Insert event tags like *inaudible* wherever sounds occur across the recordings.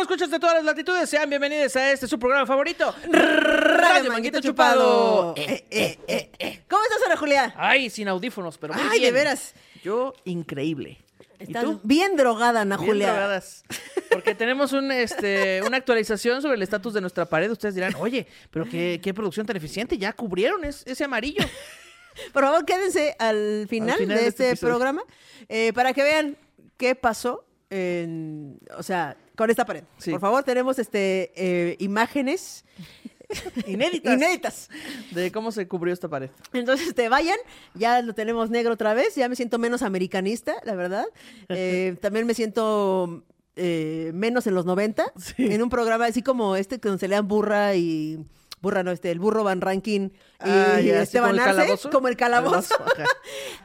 escuchas de todas las latitudes, sean bienvenidos a este su programa favorito, Radio Manguito Chupado. Eh, eh, eh, eh. ¿Cómo estás ahora, Julia? Ay, sin audífonos, pero muy Ay, de bien. veras. Yo, increíble. ¿Y Estás tú? bien drogada, Ana Bien Julia. drogadas. Porque tenemos un, este, una actualización sobre el estatus de nuestra pared. Ustedes dirán, oye, pero qué, qué producción tan eficiente, ya cubrieron es- ese amarillo. Por favor, quédense al final, Al final de de este, este episodio. programa eh, para que vean qué pasó en- o sea, con esta pared. Sí. Por favor, tenemos este eh, imágenes *laughs* Inéditas. inéditas. de cómo se cubrió esta pared. Entonces, este, vayan, ya lo tenemos negro otra vez, ya me siento menos americanista, la verdad. *laughs* Eh, también me siento eh, menos en los 90, Sí. en un programa así como este, que donde se lean burra y... Burra, no, este, el burro Van Rankin y Ah, ya, así Esteban Arce, como el calabozo. Ajá.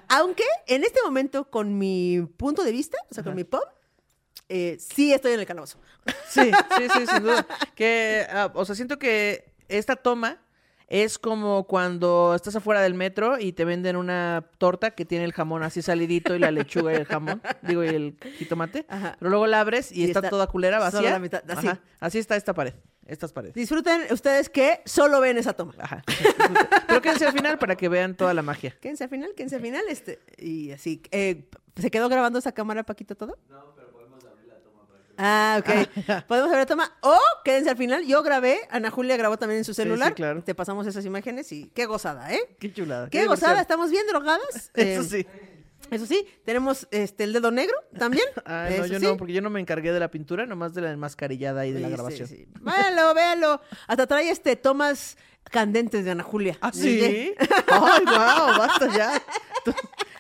Aunque en este momento, con mi punto de vista, o sea, con Ajá. mi pop, eh, sí estoy en el calabozo. Sí, sí, sí, sin duda. Que, ah, o sea, siento que esta toma es como cuando estás afuera del metro y te venden una torta que tiene el jamón así salidito y la lechuga y el jamón, digo, y el jitomate. Ajá. Pero luego la abres y, Y está, está toda culera solo vacía. la mitad, así. Ajá. Así está esta pared, estas paredes. Disfruten ustedes que solo ven esa toma. Ajá. Pero quédense al final para que vean toda la magia. Quédense al final, quédense al final, este, y así. eh, ¿Se quedó grabando esa cámara, Paquito, todo? No, pero podemos abrir la toma. Ah, ok. *laughs* Podemos abrir la toma. O quédense al final. Yo grabé, Ana Julia grabó también en su celular. sí, claro. Te pasamos esas imágenes y qué gozada, ¿eh? Qué Em, chulada. Qué gozada, diversión. estamos bien drogadas. *laughs* Eso eh, sí. Eso sí, tenemos este el dedo negro también. *laughs* Ah, no, Eso yo sí. no, porque yo no me encargué de la pintura, nomás de la enmascarillada y de la Sí, grabación. sí, sí. Véalo, véalo. Hasta trae este tomas candentes de Ana Julia. ¿Ah, sí? *laughs* ¡Ay, wow! ¡Basta ya!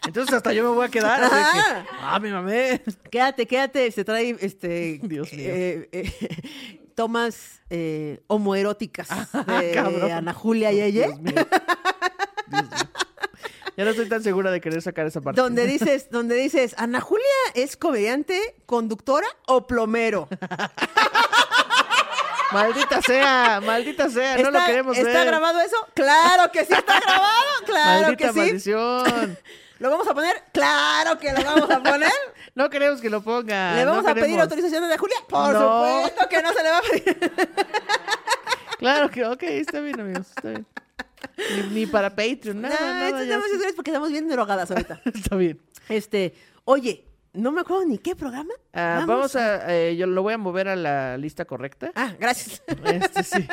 Entonces hasta yo me voy a quedar. así de que, ¡Ah, mi *laughs* mamé! Quédate, quédate. Se trae este. *laughs* Dios mío. eh, eh, *laughs* tomas eh, *laughs* homoeróticas de Ah, cabrón. Ana Julia y eh? ella. Dios mío. Dios mío. Ya no estoy tan segura de querer sacar esa parte. Donde dices, donde dices, Ana Julia es comediante, conductora o plomero. ¡Maldita sea! ¡Maldita sea! *laughs* no lo ¿Está- queremos ¿Está ver. grabado eso? Claro que sí, está grabado. *laughs* Claro ¡Maldita que sí. maldición! ¿Lo vamos a poner? Claro que lo vamos a *laughs* poner. No queremos que lo ponga. ¿Le Ah, no vamos a pedir queremos. autorización a Ana Julia? Por No. supuesto que no se le va a *laughs* pedir. Claro que, ok, está bien, amigos. Está bien. Ni, ni para Patreon, No, nada, nada, esto ya estamos sí. seguros porque estamos bien drogadas ahorita. *laughs* Está bien. Este, oye, no me acuerdo ni qué programa. Ah, vamos a. eh, yo lo voy a mover a la lista correcta. Ah, gracias. Este, sí.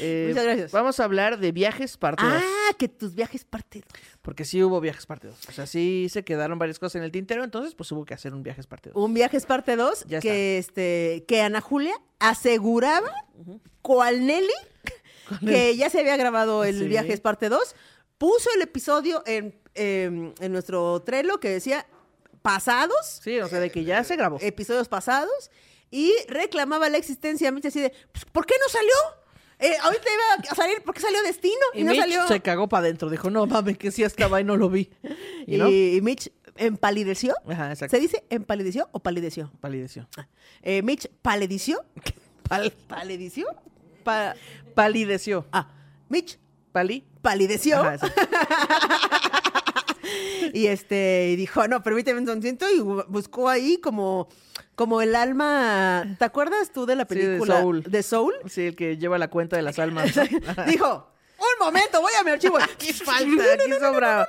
Eh, *laughs* Muchas gracias. Vamos a hablar de viajes parte 2. Ah, que tus viajes parte dos. Porque sí hubo viajes parte 2. O sea, sí se quedaron varias cosas en el tintero, entonces pues hubo que hacer un viajes parte 2. Un viajes parte 2 Ya que este que Ana Julia aseguraba cual Nelly que ya se había grabado el Sí. viajes parte 2, puso el episodio en, em, en nuestro Trello que decía pasados, Sí, o sea, de que ya se grabó. episodios pasados y reclamaba la existencia de Mitch así de, "Pues, ¿por qué no salió? Eh, ahorita iba a salir, ¿por qué salió Destino? Y, y no Mitch salió. se cagó para adentro. Dijo, no mames, que sí estaba y no lo *laughs* vi. Y, Y, no. y Mitch empalideció. Ajá, exacto. ¿Se dice empalideció o palideció? Palideció. Eh, Mitch *laughs* palideció. ¿Palideció? Pa- Palideció. ah, Mitch Pali. palideció. Ajá, exacto. Y este, y dijo, no, permíteme un momento. Y bu- buscó ahí como, como el alma. ¿Te acuerdas tú de la Sí, de película Soul. *laughs* de Soul? Sí, el que lleva la cuenta de *laughs* las almas. ¿no? Dijo, un momento, voy a *laughs* mi archivo. Aquí *laughs* falta, aquí sobra.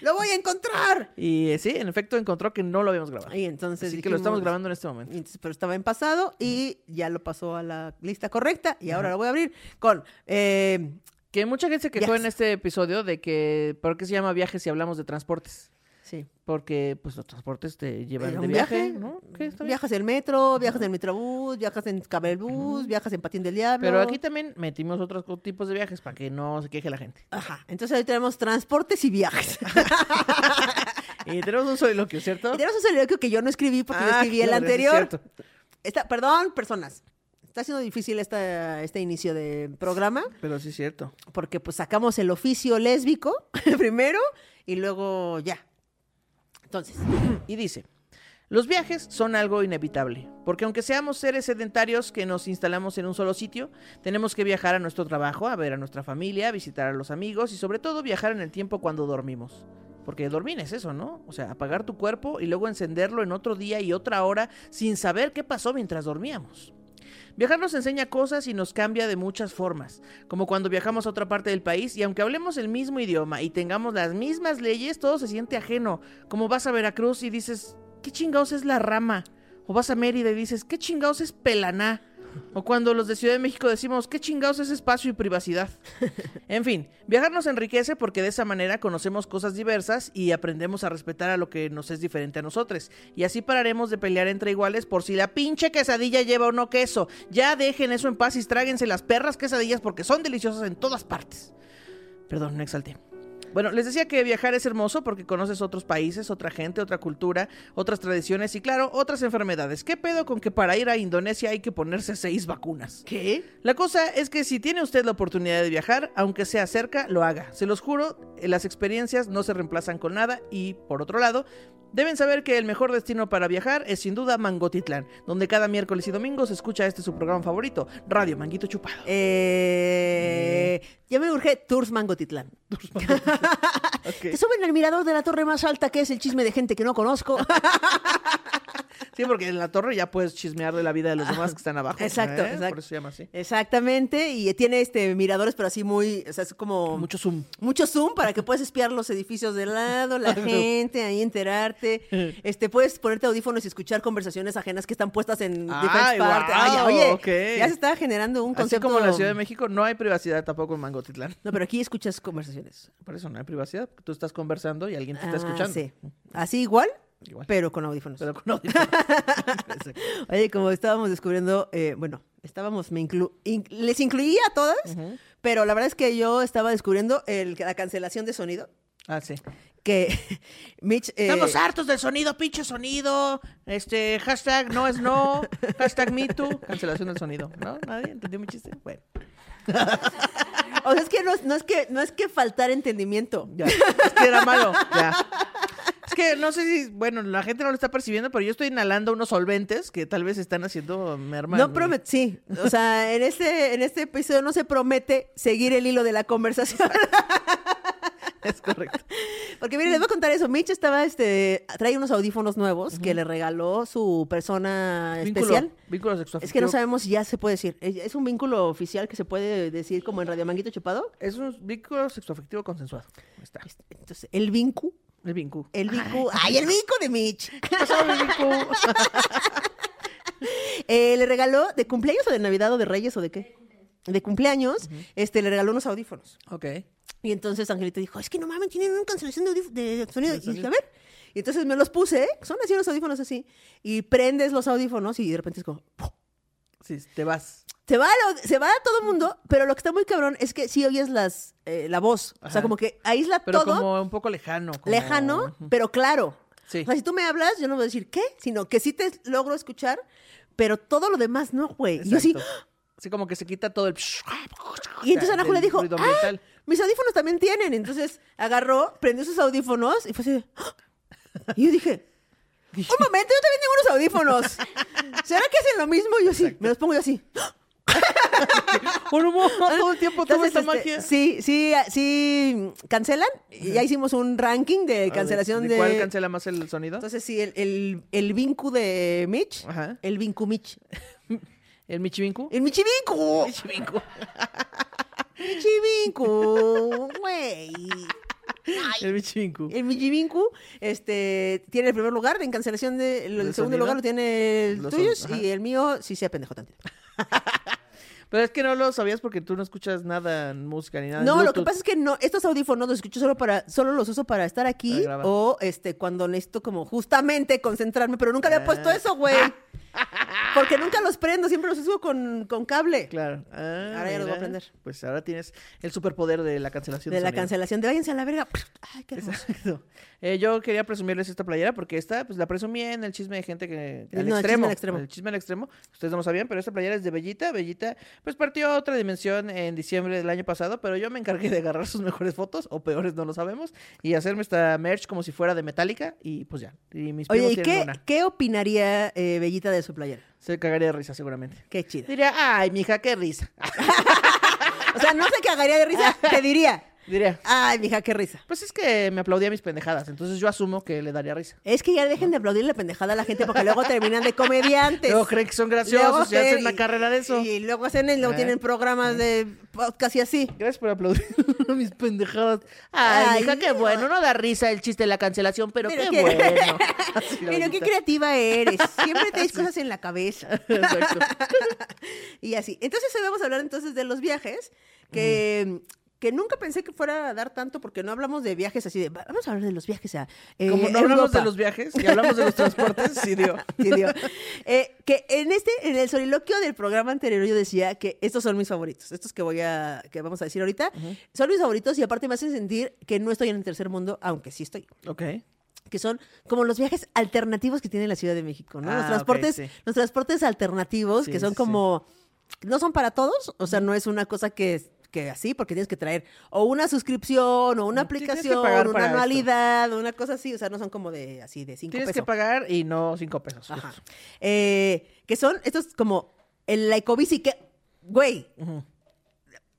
Lo voy a encontrar. Y eh, sí, en efecto encontró que no lo habíamos grabado. Y entonces Así que lo estamos dijimos- grabando en este momento. Y entonces, Pero estaba en pasado y ya lo pasó a la lista correcta y ahora lo voy a abrir con... eh, Que mucha gente se quejó Yes. en este episodio de que, ¿por qué se llama viajes si hablamos de transportes? sí. Porque, pues, los transportes te llevan Era de un viaje, ¿no? ¿Qué? Está bien. Viajas en metro, viajas en metrobús, viajas en cabelbús, viajas en patín del diablo. Pero aquí también metimos otros co- tipos de viajes para que no se queje la gente. Ajá. Entonces ahí tenemos transportes y viajes. Y tenemos un soliloquio, *laughs* ¿cierto? Y *laughs* tenemos un soliloquio que yo no escribí porque yo Ah, escribí el claro, sí es anterior. cierto. Está- perdón, personas. Está siendo difícil esta, este inicio de programa Pero sí es cierto. porque pues sacamos el oficio lésbico *laughs* primero y luego ya. Entonces, Y dice, los viajes son algo inevitable, porque aunque seamos seres sedentarios que nos instalamos en un solo sitio, tenemos que viajar a nuestro trabajo, a ver a nuestra familia, a visitar a los amigos y sobre todo viajar en el tiempo cuando dormimos. Porque dormir es eso, ¿no? O sea, apagar tu cuerpo y luego encenderlo en otro día y otra hora sin saber qué pasó mientras dormíamos. Viajar nos enseña cosas y nos cambia de muchas formas, como cuando viajamos a otra parte del país y aunque hablemos el mismo idioma y tengamos las mismas leyes, todo se siente ajeno, como vas a Veracruz y dices, ¿qué chingados es la rama? O vas a Mérida y dices, ¿qué chingados es Pelaná? O cuando los de Ciudad de México decimos, ¿qué chingados es espacio y privacidad? En fin, viajar nos enriquece porque de esa manera conocemos cosas diversas y aprendemos a respetar a lo que nos es diferente a nosotros. Y así pararemos de pelear entre iguales por si la pinche quesadilla lleva o no queso. Ya dejen eso en paz y tráguense las perras quesadillas porque son deliciosas en todas partes. Perdón, me exalté. Bueno, les decía que viajar es hermoso porque conoces otros países, otra gente, otra cultura, otras tradiciones y claro, otras enfermedades. ¿Qué pedo con que para ir a Indonesia hay que ponerse seis vacunas? ¿Qué? La cosa es que si tiene usted la oportunidad de viajar, aunque sea cerca, lo haga. Se los juro, eh, las experiencias no se reemplazan con nada y, por otro lado, deben saber que el mejor destino para viajar es sin duda Mangotitlán, donde cada miércoles y domingo se escucha este su programa favorito, Radio Manguito *laughs* Chupado. Eh, Ya me urge Tours Mangotitlán. Te suben al mirador de la torre más alta que es el chisme de gente que no conozco. *laughs* Sí, porque en la torre ya puedes chismear de la vida de los demás que están abajo. ¿eh? Exacto, exacto. Por eso se llama así. Exactamente, y tiene este miradores, pero así muy, o sea, es como Mucho zoom. mucho zoom para que puedas espiar los edificios de *laughs* lado, la gente, ahí enterarte. Este, puedes ponerte audífonos y escuchar conversaciones ajenas que están puestas en Ay, diferentes guau, partes. Ay, oye, ok. ya se está generando un Así concepto. como en la Ciudad de México no hay privacidad tampoco en Mangotitlán. *laughs* No, pero aquí escuchas conversaciones. Por eso no hay privacidad. porque Tú estás conversando y alguien te está Ah, escuchando. sí. Así igual, Igual. pero con audífonos. Pero con *laughs* audífonos. *laughs* Exacto. Oye, como estábamos descubriendo, eh, bueno, estábamos, me inclu- in- les incluía a todas, pero la verdad es que yo estaba descubriendo el- la cancelación de sonido. ah, sí. que *laughs* Mitch eh, Estamos hartos del sonido, pinche sonido. Este, hashtag no es *laughs* no. Hashtag me too. Cancelación del sonido. ¿No? ¿Nadie entendió mi chiste? Bueno. o sea, es que no, es- no es que no es que faltar entendimiento Ya. Es que era malo. Ya. Es que no sé si, bueno, la gente no lo está percibiendo, pero yo estoy inhalando unos solventes que tal vez están haciendo merma. en no mi- promet sí o sea en este en este episodio no se promete seguir el hilo de la conversación *laughs* Es correcto. porque miren les voy a contar eso Mitch estaba este trae unos audífonos nuevos que le regaló su persona especial Vínculo, vínculo sexual. es que no sabemos si ya se puede decir es es un vínculo oficial que se puede decir como en Radio Manguito Chupado Este, Es un vínculo sexoafectivo consensuado. Ahí está. entonces el vincu El vínculo. el vincu ay el vincu de Mitch ¿Qué pasó, mi vínculo? *laughs* Eh, le regaló de cumpleaños o de Navidad o de Reyes o de qué? De cumpleaños, este, le regaló unos audífonos. ok. Y entonces Angelita dijo, es que no mames, tienen una cancelación de, audíf- de sonido. De Y dije, sonido. a ver. Y entonces me los puse, son así unos audífonos así. Y prendes los audífonos y de repente es como, ¡pum! Sí, te vas. se va, al aud- se va a todo el mundo, pero lo que está muy cabrón es que sí oyes las, eh, la voz. O sea, Ajá. como que aísla Pero todo, como un poco lejano. como- lejano, pero claro. Sí. O sea, si tú me hablas, yo no voy a decir qué, sino que sí te logro escuchar, pero todo lo demás no, güey. Y yo así, Exacto. Sí, como que se quita todo el... Y entonces Ana Julia del dijo, ruido "Ah". ambiental. mis audífonos también tienen. Entonces agarró, prendió sus audífonos y fue así. de, ¡Ah! Y *laughs* yo dije, un momento, yo también tengo unos audífonos. ¿Será que hacen lo mismo? Y yo sí, me los pongo *laughs* yo así. Por humor, Ah, todo el tiempo tuvo *laughs* Entonces, esta este, magia. Sí, sí, ah, sí, cancelan. Y ya hicimos un ranking de A ver, cancelación de... ¿Cuál cancela más el sonido? Entonces sí, el, el, el vincu de Mitch. Ajá. El vincu Mitch. ¿El Michibinku? El Michi vincu. Michibinku. Michi vincu. Güey. El Michibinku. El Mijibinku, este tiene el primer lugar en cancelación de el, ¿El segundo sonido? lugar lo tiene el Los tuyo son- ajá. y el mío sí se pendejo tantito. Pero es que no lo sabías porque tú no escuchas nada en música ni nada. en No, lo que Bluetooth. pasa es que no estos audífonos los escucho solo para solo los uso para estar aquí Para grabar. o este cuando necesito como justamente concentrarme, pero nunca le he puesto Ah. eso, *laughs* güey. Porque nunca los prendo, siempre los uso con, con cable. Claro. Ah, Ahora ya lo voy a mira. aprender. Pues ahora tienes el superpoder de la cancelación. De del la sonido. cancelación de váyanse a la verga. Ay, qué hermoso. Exacto. Eh, yo quería presumirles esta playera porque esta, pues la presumí en el chisme de gente que. No, el Al chisme extremo, al extremo. El chisme al extremo. Ustedes no lo sabían, pero esta playera es de Bellita. Bellita, pues partió a otra dimensión en diciembre del año pasado, pero yo me encargué de agarrar sus mejores fotos, o peores, no lo sabemos, y hacerme esta merch como si fuera de Metallica, y pues ya. Y mis Oye, primos ¿y tienen qué, una. qué opinaría eh, Bellita de su playera? Se cagaría de risa, seguramente. Ah, Qué chida. Diría, ay, mija, qué risa. O sea, no se cagaría de risa, te diría. Diría. Ay, mija, qué risa. Pues es que me aplaudía mis pendejadas, entonces yo asumo que le daría risa. Es que ya dejen de aplaudir la pendejada a la gente porque luego terminan de comediantes. Luego creen que son graciosos y Luego hacen que- una carrera de eso. Y luego hacen, y luego Ah. tienen programas de podcast y así. Gracias por aplaudir *laughs* mis pendejadas. Ay, Ay, mija, qué no. bueno. No da risa el chiste de la cancelación, pero, Pero qué, qué- *laughs* bueno. Así la Pero qué bonita. creativa eres. Siempre te cosas en la cabeza. *laughs* Exacto. Y así. Entonces hoy vamos a hablar entonces de los viajes, Mm. que, que nunca pensé que fuera a dar tanto porque no hablamos de viajes así de, "Va- vamos a hablar de los viajes a eh, Como no hablamos Europa". de los viajes y hablamos de los transportes, sí dio. *laughs* Sí, digo. Eh, que en este, en el soliloquio del programa anterior yo decía que estos son mis favoritos, estos que voy a, que vamos a decir ahorita, son mis favoritos y aparte me hacen sentir que no estoy en el tercer mundo, aunque sí estoy Ok. que son como los viajes alternativos que tiene la Ciudad de México, ¿no? Ah, los ok, transportes, sí. los transportes alternativos Sí, que son sí, sí. como no son para todos, o sea, no es una cosa que es- que así, porque tienes que traer o una suscripción o una Sí, tienes que aplicación, pagar una para esto. anualidad, una cosa así, o sea, no son como de así de cinco Tienes pesos. que pagar y no cinco pesos. Ajá. justo. Eh, que son estos como el la ecobici que güey, Ujú.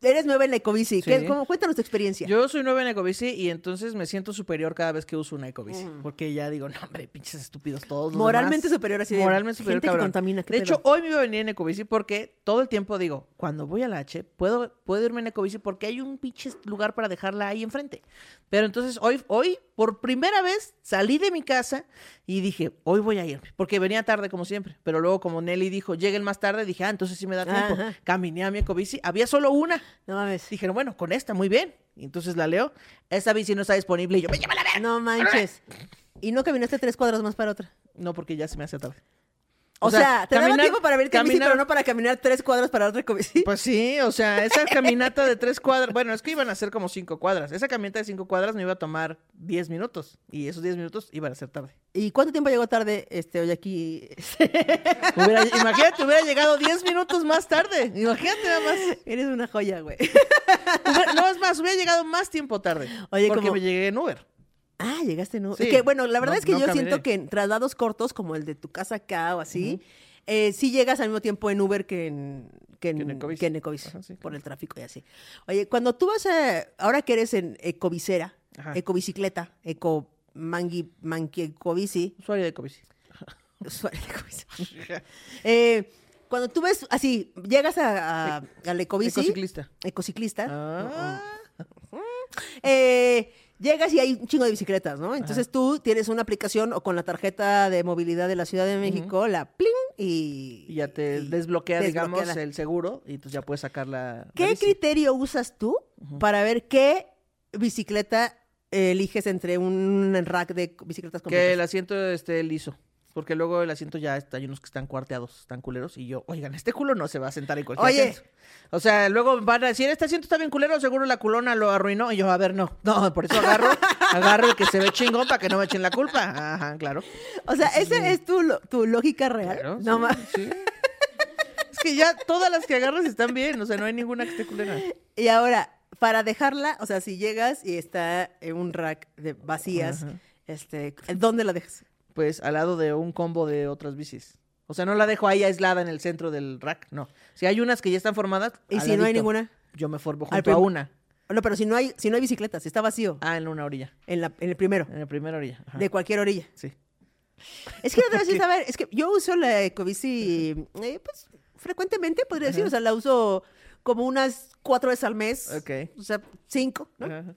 eres nueva en la Sí. ecobici, ¿qué- cómo- cuéntanos tu experiencia. Yo soy nueva en Ecobici y entonces me siento superior cada vez que uso una Ecobici. Porque ya digo, no, hombre, pinches estúpidos todos. los Moralmente demás". superior así de Moralmente superior, gente que cabrón. contamina, qué de pedo. hecho, hoy me iba a venir en Ecobici porque todo el tiempo digo, cuando voy a la H, puedo, puedo irme en Ecobici porque hay un pinche lugar para dejarla ahí enfrente. Pero entonces hoy, hoy, por primera vez, salí de mi casa y dije, hoy voy a irme. Porque venía tarde, como siempre. Pero luego, como Nelly dijo, lleguen más tarde, dije, ah, entonces sí me da tiempo. Ajá. Caminé a mi Ecobici, había solo una. No mames. Dijeron, bueno, con esta, muy bien. Y entonces la leo. Esta bici no está disponible. Y yo, "Me lleva la verga". No manches. ¿Y no caminaste tres cuadras más para otra? No, porque ya se me hace tarde. O, sea, te daba caminar- tiempo para venirte en bici, caminar- pero no para caminar tres cuadras para otra bici. Pues sí, o sea, esa caminata de tres cuadras. Bueno, es que iban a ser como cinco cuadras. Esa caminata de cinco cuadras me iba a tomar diez minutos. Y esos diez minutos iban a ser tarde. ¿Y cuánto tiempo llegó tarde este, hoy aquí? *laughs* Hubiera- imagínate, hubiera llegado diez minutos más tarde. Imagínate nada más. Eres una joya, güey. Hubiera- no, es más, hubiera llegado más tiempo tarde. Oye, porque como- me llegué en Uber. Ah, llegaste, ¿no? Sí. Es que, bueno, la verdad No- es que no yo caminé. siento que en traslados cortos, como el de tu casa acá o así, eh, sí llegas al mismo tiempo en Uber que en, que en, Que en Ecobici. que en Ecobici, Ajá, sí, por claro. el tráfico y así. Oye, cuando tú vas a, ahora que eres en ecobicera, Ajá. ecobicicleta, eco mangui, *laughs* manqui, ecobici, Usuario de Ecobici. usuario de ecobici. Eh, cuando tú ves así, llegas a, a, al ecobici, Ecociclista. ecociclista, Ah. eh, llegas y hay un chingo de bicicletas, ¿no? Entonces tú tienes una aplicación o con la tarjeta de movilidad de la Ciudad de México, la pling, y... Y ya te y desbloquea, digamos, desbloquea la- el seguro y entonces ya puedes sacar la. la ¿Qué bici. criterio usas tú para ver qué bicicleta eh, eliges entre un rack de bicicletas Que completas? el asiento esté liso. Porque luego el asiento ya está, hay unos que están cuarteados, están culeros. Y yo, oigan, este culo no se va a sentar en cualquier Oye. asiento. O sea, luego van a decir, este asiento está bien culero, seguro la culona lo arruinó. Y yo, a ver, no. No, por eso agarro, agarro el que se ve chingón para que no me echen la culpa. Ajá, claro. *laughs* O sea, ¿esa es tu, lo- tu lógica real? Claro, no sí, más. sí. Es que ya todas las que agarras están bien. O sea, no hay ninguna que esté culera. Y ahora, para dejarla, o sea, si llegas y está en un rack de vacías, Ajá. este, ¿dónde la dejas? Pues al lado de un combo de otras bicis. O sea, no la dejo ahí aislada en el centro del rack, no. Si hay unas que ya están formadas. Y al si no hay ladito. ninguna. Yo me formo Al junto a prim- una. No, pero si no hay, si no hay bicicletas, si está vacío Ah, en una orilla. en, la, en el primero, En la primera orilla. Ajá. de cualquier orilla. Sí. Es *laughs* que la otra vez estaba, es que yo uso la ecobici, eh, pues, frecuentemente, podría decir, o sea, la uso como unas cuatro veces al mes. Ok. O sea, cinco, ¿no? Ajá.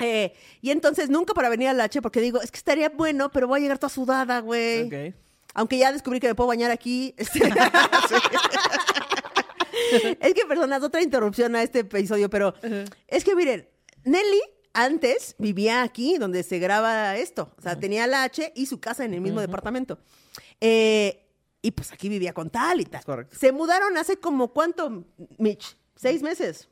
Eh, y entonces nunca para venir al H porque digo, es que estaría bueno, pero voy a llegar toda sudada, güey. Ok. Aunque ya descubrí que me puedo bañar aquí. *laughs* este. es que, personas, otra interrupción a este episodio, pero es que miren, Nelly antes vivía aquí donde se graba esto. O sea, tenía la H y su casa en el mismo departamento. Eh, y pues aquí vivía con tal y tal. Es correcto. Se mudaron hace como cuánto, Mitch? Seis meses.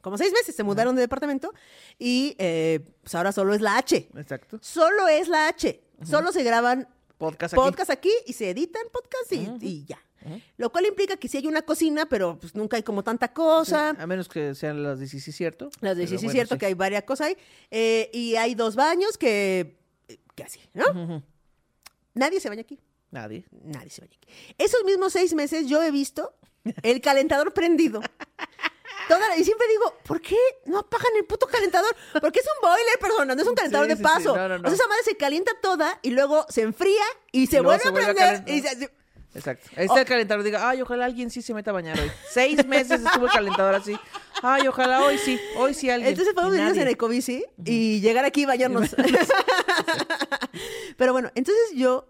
Como seis meses se mudaron de departamento y eh, pues ahora solo es la H. Exacto. Solo es la H. Solo se graban Podcast aquí. podcast aquí y se editan podcast y, y ya. Lo cual implica que sí hay una cocina, pero pues nunca hay como tanta cosa. A menos que sean las 16, ¿cierto? Las Pero de sí, sí, bueno, es cierto sí. que hay varias cosas ahí. Eh, y hay dos baños que, eh, que así, ¿no? Nadie se baña aquí. Nadie. Nadie se baña aquí. Esos mismos seis meses yo he visto el calentador prendido. Toda la- y siempre digo, ¿por qué no apagan el puto calentador? Porque es un boiler, persona, no es un calentador Sí, de sí, sí. paso. No, no, no. O sea, esa madre se calienta toda y luego se enfría y Y se luego vuelve se a vuelve a prender. calentar. y se- Exacto. Ahí está el calentador. Diga, ay, ojalá alguien sí se meta a bañar hoy. Seis meses estuvo el calentador así. Ay, ojalá hoy sí. Hoy sí alguien. Entonces Y podemos irnos nadie. en ecobici y llegar aquí *laughs* y bañarnos. *laughs* Pero bueno, entonces yo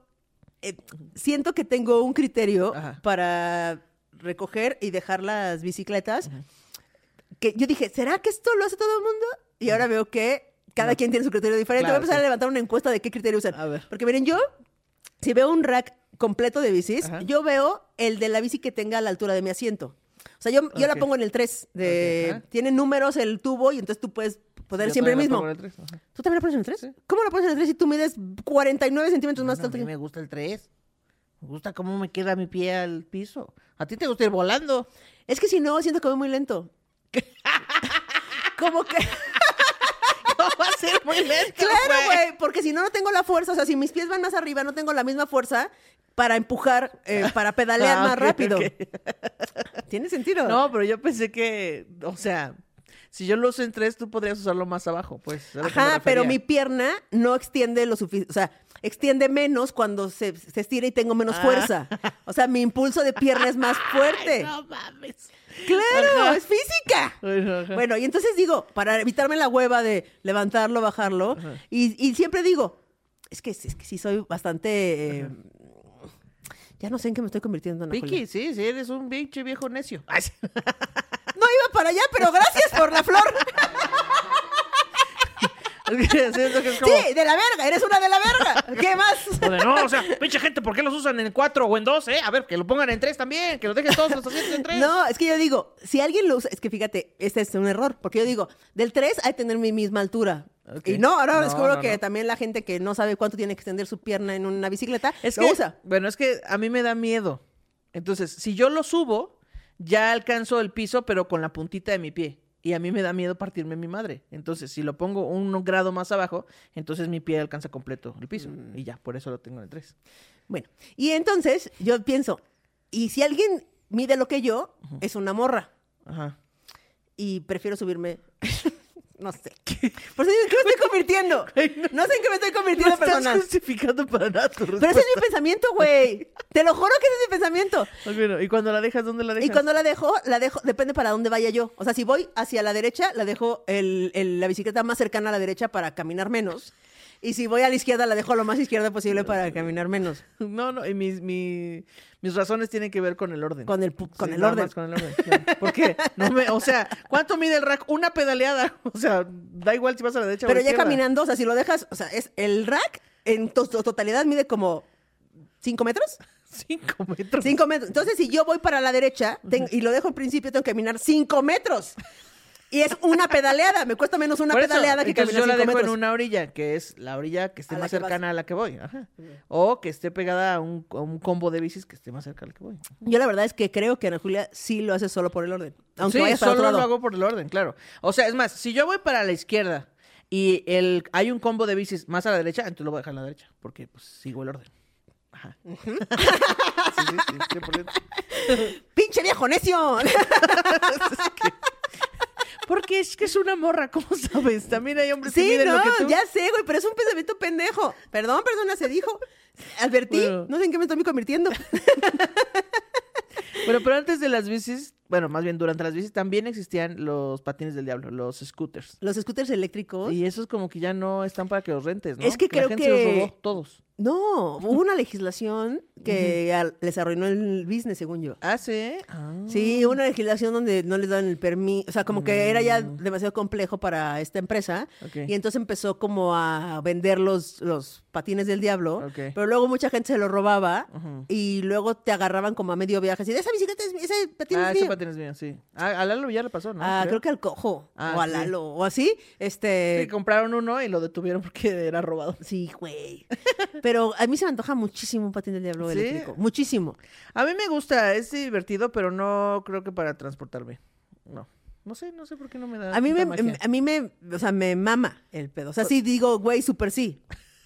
eh, siento que tengo un criterio Ajá. para recoger y dejar las bicicletas. Que yo dije, ¿será que esto lo hace todo el mundo? Y ahora veo que cada No. quien tiene su criterio diferente. Claro, Voy a empezar sí. a levantar una encuesta de qué criterio usan. A ver. Porque miren, yo, si veo un rack completo de bicis, Ajá. yo veo el de la bici que tenga a la altura de mi asiento. O sea, yo, yo la Ok. pongo en el 3 de... Ok, ajá. Tiene números el tubo y entonces tú puedes poder Yo siempre el todavía mismo. no pongo el tres, ajá. ¿Tú también la pones en el 3? Sí. ¿Cómo la pones en el 3 si tú mides 49 centímetros más Bueno, alto? a mí que- me gusta el 3. Me gusta cómo me queda mi pie al piso. A ti te gusta ir *laughs* volando. Es que si no, siento que voy muy lento. Como que... Va a ser muy lento. Claro, güey, porque si no, no tengo la fuerza. O sea, si mis pies van más arriba, no tengo la misma fuerza para empujar, eh, para *laughs* pedalear Ah, más ok, rápido. ok. ¿Tiene sentido? No, pero yo pensé que, o sea, si yo lo uso en tres, tú podrías usarlo más abajo, pues. a lo que me Ajá, pero mi refería. pierna no extiende lo suficiente, o sea, extiende menos cuando se, se estira y tengo menos Ah. *laughs* fuerza. O sea, mi impulso de pierna es más fuerte. No mames. Claro, es física. Bueno, ajá. Bueno, y entonces digo, para evitarme la hueva de levantarlo, bajarlo, y, y siempre digo, es que, es que sí soy bastante... eh, ya no sé en qué me estoy convirtiendo, Ana Julia. Vicky, sí, sí, eres un pinche viejo necio. Ay, sí. *laughs* No iba para allá, pero gracias por la *laughs* flor. Es que siento que es como, Sí, de la verga, eres una de la verga. ¿Qué más? O de, no, o sea, pinche gente, ¿por qué los usan en 4 o en 2, eh? A ver, que lo pongan en 3 también, que lo dejen todos los asientos en 3. No, es que yo digo, si alguien lo usa, es que fíjate, este es un error, porque yo digo, del 3 hay que tener mi misma altura. Ok. Y no, ahora No, descubro no, que no. también la gente que no sabe cuánto tiene que extender su pierna en una bicicleta, es lo que- usa. bueno, es que a mí me da miedo. Entonces, si yo lo subo, ya alcanzo el piso, pero con la puntita de mi pie. Y a mí me da miedo partirme mi madre. Entonces, si lo pongo un grado más abajo, entonces mi pie alcanza completo el piso. Mm. Y ya, por eso lo tengo en el 3. Bueno, y entonces yo pienso, y si alguien mide lo que yo, es una morra, Ajá. y prefiero subirme... *laughs* No *laughs* sé. Por eso digo, ¿en qué me estoy convirtiendo? No sé en qué me *laughs* estoy No convirtiendo estás personal. justificando para nada tu Pero ese es respuesta. mi pensamiento, güey. Te lo juro que ese es mi pensamiento. Ok, bueno, ¿Y cuando la dejas, dónde la dejas? Y cuando la dejo, la dejo, depende para dónde vaya yo. O sea, si voy hacia la derecha, la dejo el- el- la bicicleta más cercana a la derecha para caminar menos. Y si voy a la izquierda, la dejo lo más izquierda posible para caminar menos. *laughs* No, no, y mis, mi- mis razones tienen que ver con el orden. Con el, pu- con Sí, el nada orden. más con el orden. claro. Porque no me, o sea, ¿cuánto mide el rack? Una pedaleada. *laughs* O sea, da igual si vas a la derecha o a Pero la ya izquierda. caminando, o sea, si lo dejas, o sea, es el rack en to- su totalidad mide como 5 *laughs* metros. *laughs* Cinco metros. 5 metros. Entonces, si yo voy para la derecha ten- y lo dejo al principio, tengo que caminar 5 metros. Y es una pedaleada. Me cuesta menos una Por eso, pedaleada que entonces yo caminar la 5 dejo metros. en una orilla, que es la orilla que esté A la más que vas. cercana a la que voy. Ajá. O que esté pegada a un, a un combo de bicis que esté más cerca a la que voy. Yo la verdad es que creo que Ana Julia sí lo hace solo por el orden. Aunque sí, vayas para solo otro lado. lo hago por el orden, claro. O sea, es más, si yo voy para la izquierda y el, hay un combo de bicis más a la derecha, entonces lo voy a dejar a la derecha, porque pues sigo el orden. Ajá. *laughs* Sí, sí, sí, 100%. ¡Pinche *laughs* viejo necio! Porque es que es una morra, ¿cómo *laughs* sabes? También hay hombres que sí, miden no, lo que tú. ya sé, güey, pero es un pensamiento pendejo. Perdón, persona, se dijo. Advertí, Bueno. no sé en qué me estoy convirtiendo. Bueno, pero antes de las bicis, bueno, más bien durante las bicis también existían los patines del diablo, los scooters. Los scooters eléctricos. Y esos como que ya no están para que los rentes, ¿no? Es que creo la gente que- los robó todos. No, hubo una legislación que al- les arruinó el business, según yo. Ah, sí. Ah. Sí, una legislación donde no les daban el permiso, o sea, como que era ya demasiado complejo para esta empresa. Mm. Ok. Y entonces empezó como a vender los, los patines del diablo, Ok. pero luego mucha gente se los robaba Ujú. y luego te agarraban como a medio viaje, así, de esa bicicleta es mi- ese patín Ah, es ese mío". patín es mío, sí. Ah, a Lalo ya le pasó, ¿no? Ah, creo que al cojo, Ah, o a sí. Lalo, o así, Sí, este... compraron uno y lo detuvieron *laughs* porque era robado. Sí, güey. Pero a mí se me antoja muchísimo un patín del diablo ¿Sí? eléctrico. Muchísimo. A mí me gusta, es divertido, pero no creo que para transportarme. No. No sé, no sé por qué no me em, da. A mí me, tanta Ah, magia. a mí me, o sea, me mama el pedo. O sea, sí digo, güey, súper sí.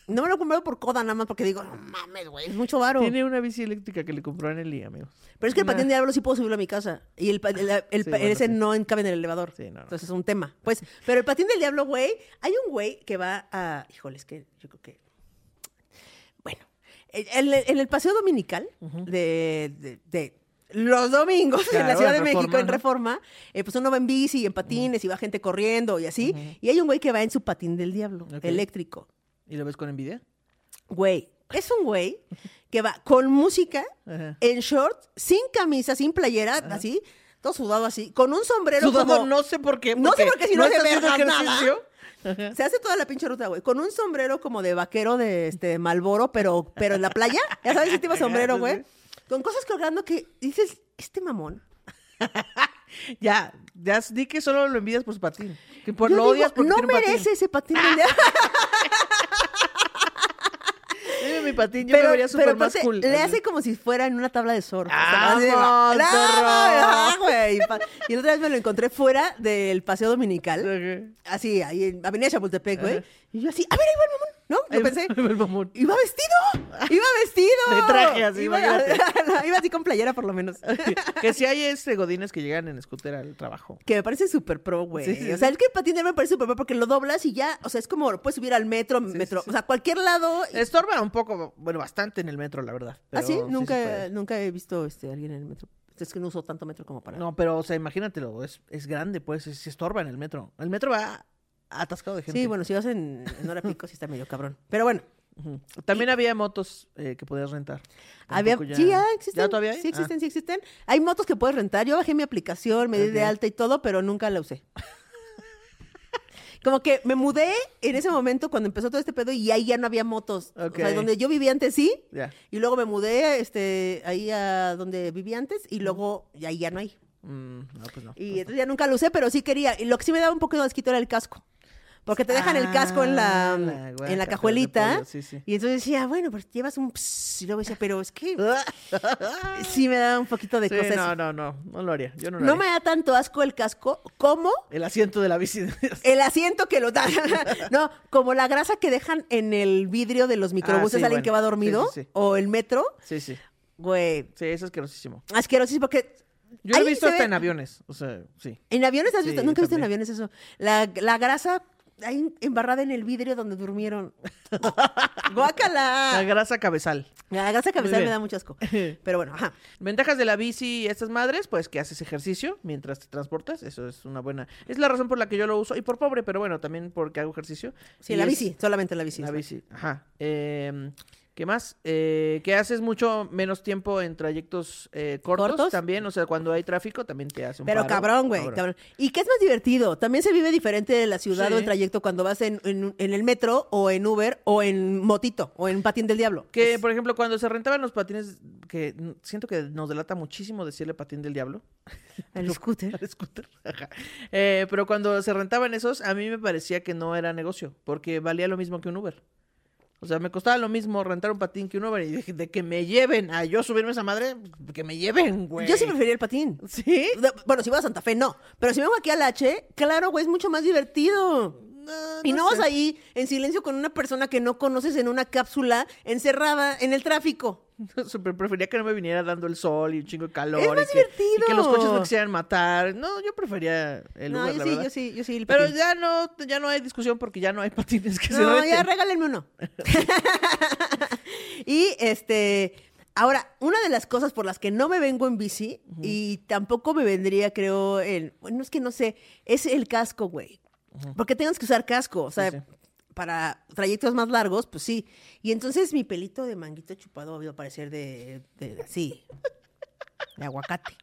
No me lo he comprado por coda nada más porque digo, no mames, güey, es mucho varo. Tiene una bici eléctrica que le compró en el amigos. Pero es que el Nah. patín de árbol sí puedo subirlo a mi casa. Y el, pa- el- el Sí, pa- bueno, ese sí. no encabe en el elevador. Sí, no, no. Entonces es un tema. Pues, pero el patín del diablo, güey, hay un güey que va a. Híjole, es que yo creo que. Bueno, en, en- en el paseo dominical de, de- de los domingos en la Claro, Ciudad de en México, Reforma, en ¿no? Reforma, eh, pues uno va en bici, en patines, y va gente corriendo y así. Y hay un güey que va en su patín del diablo, Ok. eléctrico. ¿Y lo ves con envidia? Güey, es un güey que va con música Ajá. en short, sin camisa, sin playera, así, todo sudado así, con un sombrero Sudado, como... no sé por qué. No sé porque por qué si no está se ve haciendo nada. ejercicio. Eh. Se hace toda la pinche ruta, güey, con un sombrero como de vaquero de este Malboro, pero, pero en la playa, ya sabes, ese tipo de sombrero, güey, con cosas colgando que dices, este mamón. Ya, ya di que solo lo envidias por su patín. Que por, Yo lo digo, odias porque no tiene un merece patín. *laughs* ese patín del diablo. Dime mi patín, yo me pero, vería pero súper más aparte, cool. Ah, le Así. hace como si fuera en una tabla de surf. ¡Vamos, así de, ¡Bravo! zorro! ¡Ah, güey! Pa- Y la otra vez me lo encontré fuera del paseo dominical. Ajá. así, ahí en Avenida Chapultepec, güey. Ajá. Y yo así, a ver, ahí va el mamón, ¿no? Yo Ahí va- pensé, ahí va *laughs* el mamón. iba vestido, iba vestido. De traje, así, iba, *laughs* ah, imagínate. iba así con playera por lo menos. Que si hay este godines que llegan en scooter al trabajo. Que me parece súper pro, güey. Sí, sí, o sea, el que patinar me parece súper pro porque lo doblas y ya, o sea, es como lo puedes subir al metro, metro, o sea, cualquier lado. y- Estorba un poco, bueno, bastante en el metro, la verdad. Ah, pero sí, se nunca, puede. nunca he visto este, alguien en el metro. Es que no uso tanto metro como para. No, pero, o sea, imagínatelo, es, es grande, pues, es- se estorba en el metro. El metro va atascado de gente. sí, bueno, si vas en, en hora pico, sí está medio cabrón. Pero bueno, Ujú. También había motos eh, que podías rentar. Había, Tampoco sí, ya existen. ¿Ya todavía hay? Sí Ah. existen, sí existen. Hay motos que puedes rentar. Yo bajé mi aplicación, me di de Ok. alta y todo, pero nunca la usé. Como que me mudé en ese momento cuando empezó todo este pedo y ahí ya no había motos. O sea, Ok. donde yo vivía antes sí, Ah, Ya. y luego me mudé este, ahí a donde vivía antes y luego y ahí ya no hay. Mm, no, pues no. Y entonces ya nunca lo usé, pero sí quería. Y lo que sí me daba un poco de asquito era el casco. Porque te dejan el casco en la, Ah, la guaca, en la pero de cajuelita. pollo, sí, sí. Y entonces decía, "Ah, bueno, pero llevas un... pss, y luego decía, pero es que sí me da un poquito de Sí, cosas. no, No, no, no, no lo haría. Yo no lo haría. me da tanto asco el casco como El asiento de la bici. el asiento que lo dan. *laughs* no, como la grasa que dejan en el vidrio de los microbuses Ah, sí, alguien bueno. que va dormido Sí, sí, sí. o el metro. sí, sí. Güey, Sí, eso es asquerosísimo. asquerosísimo porque... Yo lo he ahí visto se hasta ve- en aviones. O sea, sí. ¿En aviones has Sí, visto? yo Nunca he visto en también. aviones eso. La, la grasa ahí embarrada en el vidrio donde durmieron. *laughs* La ¡Guácala! grasa cabezal. *laughs* La grasa Muy cabezal bien. me da mucho asco. Pero bueno, ajá. Ventajas de la bici y estas madres, pues que haces ejercicio mientras te transportas. Eso es una buena. Es la razón por la que yo lo uso. Y por pobre, pero bueno, también porque hago ejercicio. Sí, Y la es- bici, solamente la bici. La bici. Ajá. Eh, ¿Qué más? Eh, que haces mucho menos tiempo en trayectos eh, cortos, ¿Cortos? también. O sea, cuando hay tráfico también te hace un Pero paro. cabrón, güey, cabrón. ¿Y qué es más divertido? También se vive diferente de la ciudad Sí. o el trayecto cuando vas en, en- en el metro o en Uber o en motito o en patín del diablo. Que, Es- por ejemplo, cuando se rentaban los patines, que n- siento que nos delata muchísimo decirle patín del diablo *laughs* el scooter. al scooter. ajá. Eh, pero cuando se rentaban esos, a mí me parecía que no era negocio, porque valía lo mismo que un Uber. O sea, me costaba lo mismo rentar un patín que un Uber. Y dije, de que me lleven a yo subirme a esa madre, que me lleven, güey. *laughs* Yo sí prefería el patín. ¿Sí? De- Bueno, si voy a Santa Fe, no. Pero si me voy aquí al H, claro, güey, es mucho más divertido. No, Y no vas sé. ahí en silencio con una persona que no conoces en una cápsula encerrada en el tráfico. *laughs* Super prefería que no me viniera dando el sol y un chingo de calor. Es más y que, y que los divertido. coches no quisieran matar. No, yo prefería el no, Uber, yo la sí, verdad. yo sí, yo sí. el Pero patín. ya no, ya no hay discusión porque ya no hay *laughs* patines que se No, renten. ya regálenme uno. *laughs* y este. Ahora, una de las cosas por las que no me vengo en bici y tampoco me vendría, creo, el. Bueno, es que no sé, es el casco, güey. Porque tengas que usar casco, o sea, sí. para trayectos más largos, pues sí. Y entonces mi pelito de manguito chupado iba a parecer de. de así. De aguacate.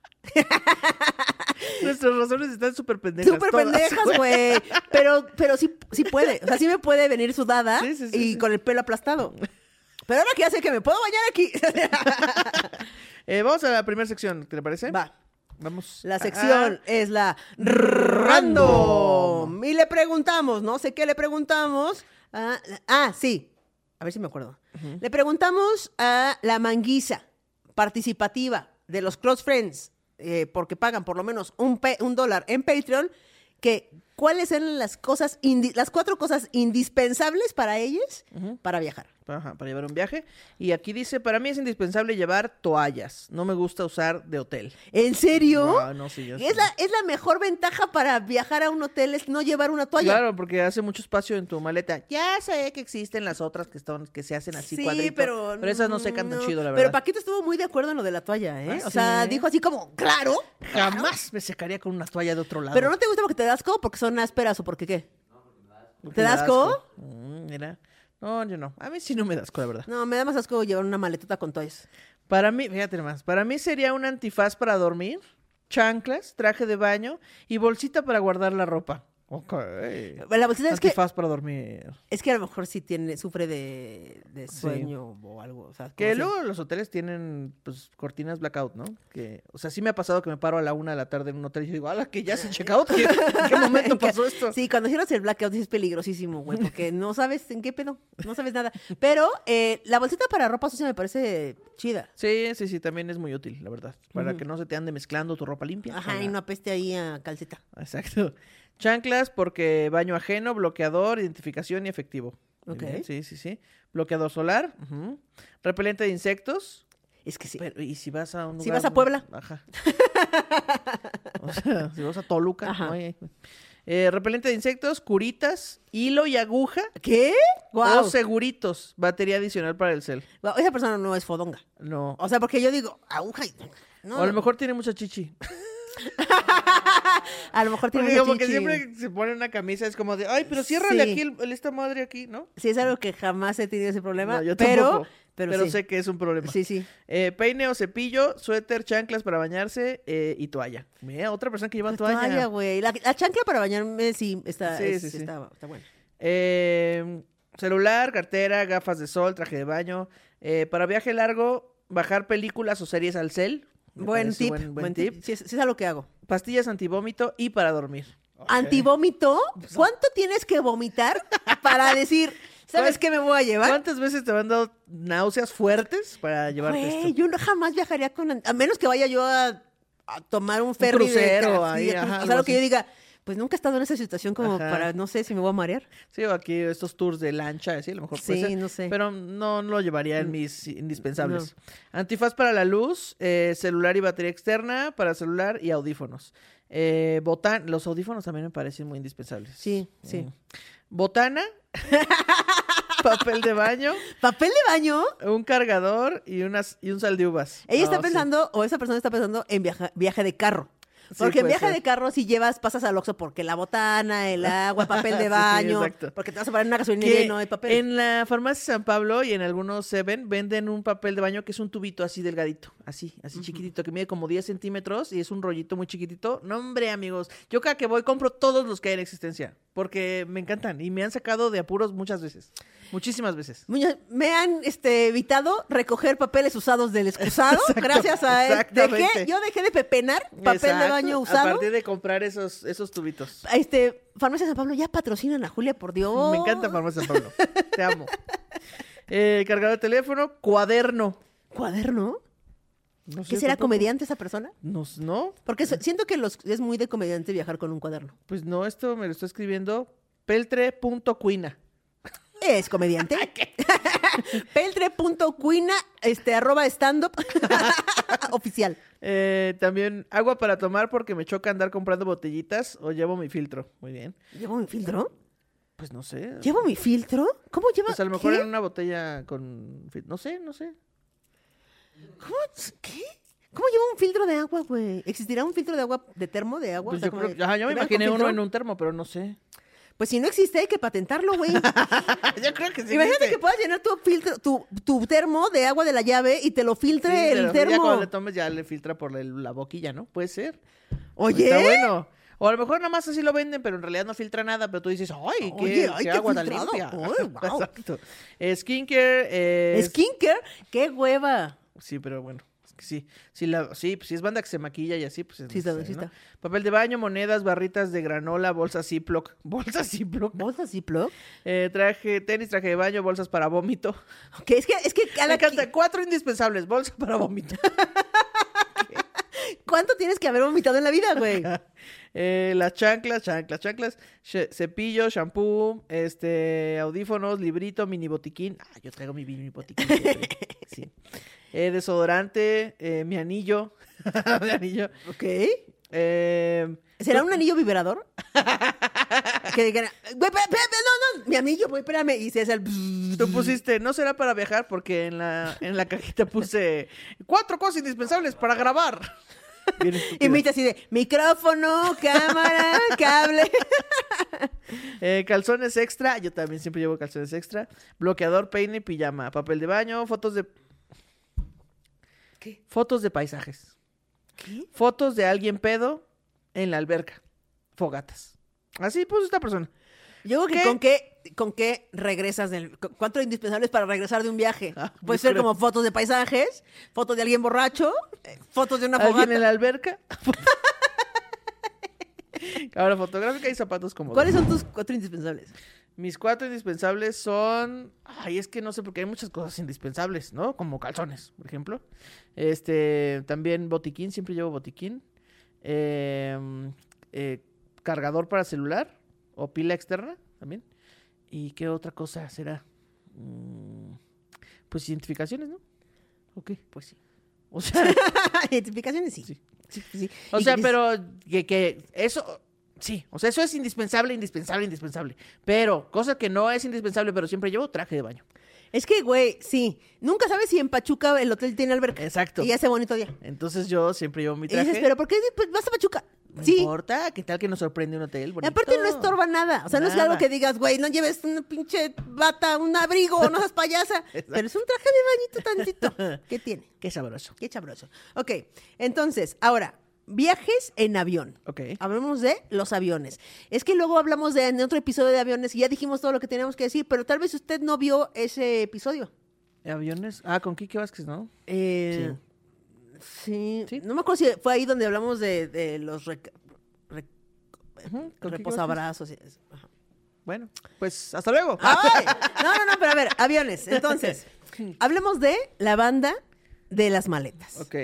Nuestras razones están súper pendejas. Súper todas, pendejas, güey. Pero, pero sí, sí puede. O sea, sí me puede venir sudada Sí, sí, sí, y sí. con el pelo aplastado. Pero ahora que ya sé que me puedo bañar *laughs* aquí. *laughs* Eh, vamos a la primera sección, ¿te le parece? Va. Vamos. La Ah, sección es la random. Y le preguntamos, no sé qué le preguntamos. a- ah, sí. A ver si me acuerdo. Le preguntamos a la manguisa participativa de los Close Friends, eh, porque pagan por lo menos un, pe- un dólar en Patreon, que cuáles eran las cosas, indi- las cuatro cosas indispensables para ellas para viajar. Ajá, para llevar un viaje. Y aquí dice, para mí es indispensable llevar toallas. No me gusta usar de hotel. ¿En serio? Ah, no, sí, yo es, sí. la, es la mejor ventaja para viajar a un hotel, es no llevar una toalla. Claro, porque hace mucho espacio en tu maleta. Ya sé que existen las otras que están, que se hacen así cuadrito, pero... Pero esas no secan tan no. chido, la Pero verdad. Paquito estuvo muy de acuerdo en lo de la toalla, ¿eh? Ah, o sea, ¿sí? dijo así como, claro, Jamás me secaría con una toalla de otro lado. pero no te gusta porque te das asco, porque son ásperas o porque qué. Porque ¿Te me da asco? Mm, mira. No, yo no. A mí sí no me da asco, la verdad. No, me da más asco llevar una maletota con toallas. Para mí, fíjate más, para mí sería un antifaz para dormir, chanclas, traje de baño y bolsita para guardar la ropa. Ok. La bolsita es que, Antifaz para dormir. es que a lo mejor sí tiene, sufre de, de Sí. sueño o algo. O sea, como Que si- luego los hoteles tienen pues cortinas blackout, ¿no? Que, o sea, sí me ha pasado que me paro a la una de la tarde en un hotel y yo digo, ala, que ya se check out. ¿Qué- *laughs* ¿En qué *laughs* momento pasó esto? Sí, cuando hicieron el blackout sí es peligrosísimo, güey, *laughs* porque no sabes en qué pedo, no sabes nada. Pero eh, la bolsita para ropa sucia me parece chida. Sí, sí, sí, también es muy útil, la verdad. Para Ujú. que no se te ande mezclando tu ropa limpia. con Ajá, y la- no apeste ahí a calceta. Exacto. *laughs* Chanclas porque baño ajeno, bloqueador, identificación y efectivo. Muy Ok. bien, Sí, sí, sí. Bloqueador solar, ujú. repelente de insectos. Es que sí. Pero, ¿Y si vas a un lugar? Si vas a donde- Puebla. Ajá. *laughs* o sea, si vas a Toluca. Ajá. no hay- Eh, repelente de insectos, curitas, hilo y aguja ¿Qué? o Guau. seguritos. Batería adicional para el cel. Guau, Esa persona no es fodonga. No. O sea, porque yo digo, aguja y... No, o a lo no. mejor tiene mucha chichi. a lo mejor *laughs* tiene Porque una como que chichi. siempre se pone una camisa, es como de, ay, pero ciérrale Sí. aquí el- el- esta madre aquí, ¿no? Sí, es algo que jamás he tenido ese problema. No, yo pero, tampoco, pero, sí. sé que es un problema. Sí, sí. Eh, peine o cepillo, suéter, chanclas para bañarse eh, y toalla. Mira, otra persona que lleva La toalla. toalla, güey. La, la chancla para bañarme sí está, Sí, es- sí, sí. está, está buena. Eh, celular, cartera, gafas de sol, traje de baño. Eh, para viaje largo, bajar películas o series al cel. Me Buen parece tip, Buen, buen tip. Sí, es, sí es algo que hago. Pastillas antivómito y para dormir. ¿Antivómito? Pues ¿Cuánto tienes que vomitar para decir, ¿sabes ¿Cuán- qué me voy a llevar? ¿Cuántas veces te han dado náuseas fuertes para llevarte Güey, esto? yo no- jamás viajaría con... an- A menos que vaya yo a, a tomar un ferry. de- crucero, así, ahí, de cru- ajá, o algo sea, lo que así. yo diga, pues nunca he estado en esa situación como Ajá. para, no sé, si me voy a marear. Sí, o aquí estos tours de lancha, sí, a lo mejor puede Sí, Mm, ser. no sé. Pero no, no lo llevaría en mis indispensables. Antifaz para la luz, eh, celular y batería externa para celular y audífonos. Eh, botan los audífonos también me parecen muy indispensables. Sí, sí. Mm. Botana, *laughs* papel de baño, ¿Papel de baño? un cargador y, unas, y un sal de uvas. Ella No, está sí. pensando, o esa persona está pensando en viaja- viaje de carro. Sí, Porque en puede viaje ser. de carro si llevas, pasas al Oxxo porque la *laughs* botana, el agua, papel Sí, sí, de baño, exacto. porque te vas a parar en una gasolinería Que y no hay papel. en la farmacia San Pablo y en algunos Seven venden un papel de baño que es un tubito así delgadito, así, así chiquitito, que mide como 10 centímetros y es un rollito muy chiquitito. No, hombre, amigos, yo cada que voy compro todos los que hay en existencia porque me encantan y me han sacado de apuros muchas veces, muchísimas veces. Muñoz, Me han este, evitado recoger papeles usados del *laughs* excusado. gracias a él. exactamente. Dejé- yo dejé de pepenar papel de Exacto, baño A usado. partir de comprar esos, esos tubitos. Este, Farmacia San Pablo, ya patrocinan a Julia, por Dios. Me encanta Farmacia San Pablo, te *laughs* amo. Eh, cargador de teléfono, cuaderno. ¿Cuaderno? No sé, ¿Qué será tampoco- comediante esa persona? No, no, Porque so- siento que los, es muy de comediante viajar con un cuaderno. Pues no, esto me lo está escribiendo peltre.cuina. *laughs* Es comediante. *laughs* Peltre.cuina, este, arroba stand-up *laughs* oficial. Eh, también agua para tomar porque me choca andar comprando botellitas o llevo mi filtro. Muy bien. ¿Llevo mi filtro? Pues no sé. ¿Llevo mi filtro? ¿Cómo lleva? Pues a lo mejor ¿Qué? en una botella con... fil- No sé, no sé. ¿Cómo? ¿Qué? ¿Cómo lleva un filtro de agua, güey? ¿Existirá un filtro de agua, de termo de agua? Pues O sea, yo como creo de- que- ajá, yo me ¿te dan con imaginé uno filtro? en un termo, pero no *laughs* sé. Pues si no existe, hay que patentarlo, güey. yo creo que Imagínate Ah, que puedas llenar tu filtro, tu, tu termo de agua de la llave y te lo filtre el Ya cuando termo. le tomes ya le filtra por el- la boquilla, ¿no? Puede ser. Está Oye, bueno. O a lo mejor nada más así lo venden, pero en realidad no filtra nada, pero tú dices, ¡ay, qué, Oye, ay, qué qué agua tan filtrado. limpia! *laughs* Ay, guau. Exacto. Eh, Skincare, eh, skinker, qué hueva. Sí, pero bueno, es que sí. Si, la, sí, pues, si es banda que se maquilla y así, pues es Sí está, necesario, sí ¿no? Papel de baño, monedas, barritas de granola, bolsas Ziploc. *laughs* Bolsas Ziploc. ¿Bolsas Ziploc? Eh, traje, tenis, traje de baño, bolsas para vómito. Ok, es que, es que a Me la encanta. Cuatro indispensables. Bolsa *laughs* para vómito. *laughs* ¿Cuánto tienes que haber vomitado en la vida, güey? Eh, las chanclas, chanclas, chanclas, sh- cepillo, shampoo, este, audífonos, librito, mini botiquín. Ah, yo traigo mi mini botiquín. siempre. *laughs* Sí. Eh, desodorante, eh, mi anillo. *laughs* mi anillo. Ok. Eh, ¿Será un *laughs* anillo vibrador? que digan, güey, espera, espera, espera, no, no, mi anillo, güey, espérame. Y se hace el. Tú pusiste, no será para viajar porque en la, en la cajita puse cuatro cosas indispensables para grabar. Bien *laughs* Y estúpido. me dice así de micrófono, cámara, *laughs* cable. Eh, calzones extra, yo también siempre llevo calzones extra. Bloqueador, peine y pijama. Papel de baño, fotos de. ¿Qué? Fotos de paisajes. ¿Qué? Fotos de alguien pedo en la alberca. Fogatas. Así puso esta persona. Yo creo que ¿Qué? con qué, con qué regresas del. cu- ¿Cuánto indispensables para regresar de un viaje? Ah, Puede yo ser creo. como fotos de paisajes, fotos de alguien borracho, eh, fotos de una ¿Alguien fogata. en la alberca? *laughs* Ahora, fotográfica y zapatos cómodos. ¿Cuáles son tus cuatro indispensables? *laughs* Mis cuatro indispensables son. Ay, es que no sé, porque hay muchas cosas indispensables, ¿no? Como calzones, por ejemplo. Este, también botiquín, siempre llevo botiquín. Em, eh, cargador para celular o pila externa también. ¿Y qué otra cosa será? Mm, Pues identificaciones, ¿no? Ok, pues sí. O sea, Identificaciones, sí. Sí. Sí, sí. o Y- sea, y- pero que, que eso, sí, o sea, eso es indispensable, indispensable, indispensable. Pero, cosa que no es indispensable, pero siempre llevo traje de baño. Es que, güey, sí. Nunca sabes si en Pachuca el hotel tiene alberca. Exacto. Y hace bonito día. Entonces yo siempre llevo mi Y dices, traje. pero ¿por qué pues, vas a Pachuca? no sí. importa, ¿qué tal que nos sorprende un hotel? Y Bonito? aparte no estorba nada. O sea, no es Nada. algo que digas, güey, no lleves una pinche bata, un abrigo, no *laughs* seas payasa. Pero es un traje de bañito tantito. ¿Qué tiene? Qué sabroso. Qué chabroso. Ok, entonces, ahora, viajes en avión. Ok. Hablemos de los aviones. Es que luego hablamos de, en otro episodio de aviones y ya dijimos todo lo que teníamos que decir, pero tal vez usted no vio ese episodio. Aviones. Ah, con Kike Vázquez, ¿no? Eh, sí. Sí. No me acuerdo si fue ahí donde hablamos de, de los rec- rec- Ujú, con Kike reposabrazos. y eso. Ajá. Vázquez. Bueno, pues hasta luego. ¡Ay! No, no, no, pero a ver, *laughs* aviones. Entonces, hablemos de la banda de las maletas. Ok.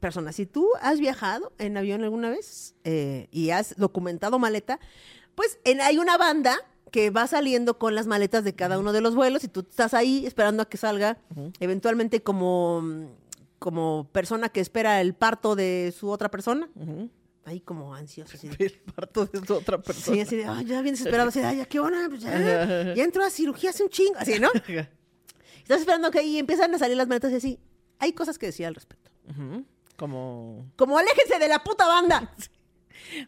Persona, si tú has viajado en avión alguna vez eh, y has documentado maleta, pues en- hay una banda que va saliendo con las maletas de cada uno de los vuelos y tú estás ahí esperando a que salga, eventualmente como, como persona que espera el parto de su otra persona, Ujú. ahí como ansioso. así *laughs* de- El parto de esta otra Sí, persona. así de, ay, ya bien desesperado, así de, ay, ¿a qué hora? Pues ya, ya entró a cirugía hace un chingo, así, ¿no? Estás esperando que ahí empiezan a salir las maletas y así. Hay cosas que decir al respecto. *laughs* Ujú. Como. Como aléjense de la puta banda.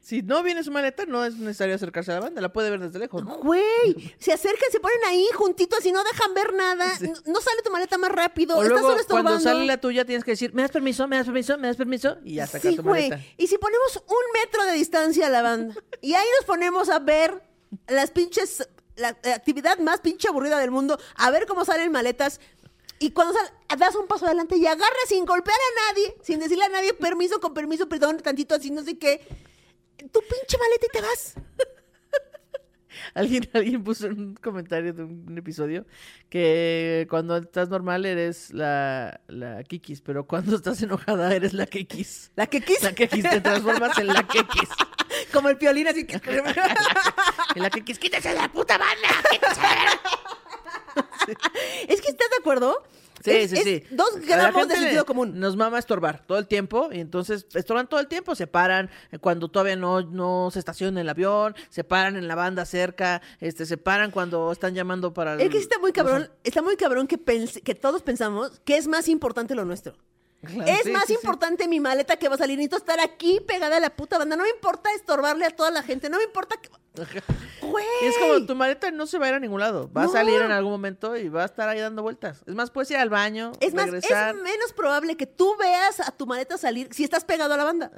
Si no viene su maleta, no es necesario acercarse a la banda. La puede ver desde lejos. ¿no? Güey, se acercan, se ponen ahí juntitos y no dejan ver nada. Sí. No, no sale tu maleta más rápido. O Estás luego, solo estorbando. cuando sale la tuya, tienes que decir, ¿me das permiso? ¿Me das permiso? ¿Me das permiso? Y ya sacas Sí, tu güey. maleta. Y si ponemos un metro de distancia a la banda y ahí nos ponemos a ver las pinches, la, la actividad más pinche aburrida del mundo, a ver cómo salen maletas. Y cuando sal- das un paso adelante y agarras sin golpear a nadie, sin decirle a nadie permiso, con permiso, perdón, tantito así, no sé qué, tu pinche maleta y te vas. Alguien, *laughs* alguien puso en un comentario de un, un episodio que cuando estás normal eres la, la Kikis, pero cuando estás enojada eres la Kikis. La que quise, La Kikis, te transformas en la Kikis. como el piolín así. *laughs* que- En la Kikis, quítese la puta banda. Es que estás de acuerdo. Sí, Es- sí, es sí. A Dos la gramos de gente le- sentido común. Nos mama estorbar todo el tiempo. Y entonces estorban todo el tiempo. Se paran eh, cuando todavía no, no se estaciona el avión. Se paran en la banda cerca. este Se paran cuando están llamando para. el- Es que sí está muy cabrón, está muy cabrón que, pens- que todos pensamos que es más importante lo nuestro. *laughs* Claro, es sí, más sí, sí. importante mi maleta que va a salir. Necesito estar aquí pegada a la puta banda. No me importa estorbarle a toda la gente. No me importa que. ¡Güey! Y es como tu maleta no se va a ir a ningún lado. Va No. a salir en algún momento y va a estar ahí dando vueltas. Es más, puedes ir al baño, Es más, regresar. es menos probable que tú veas a tu maleta salir si estás pegado a *laughs* la banda.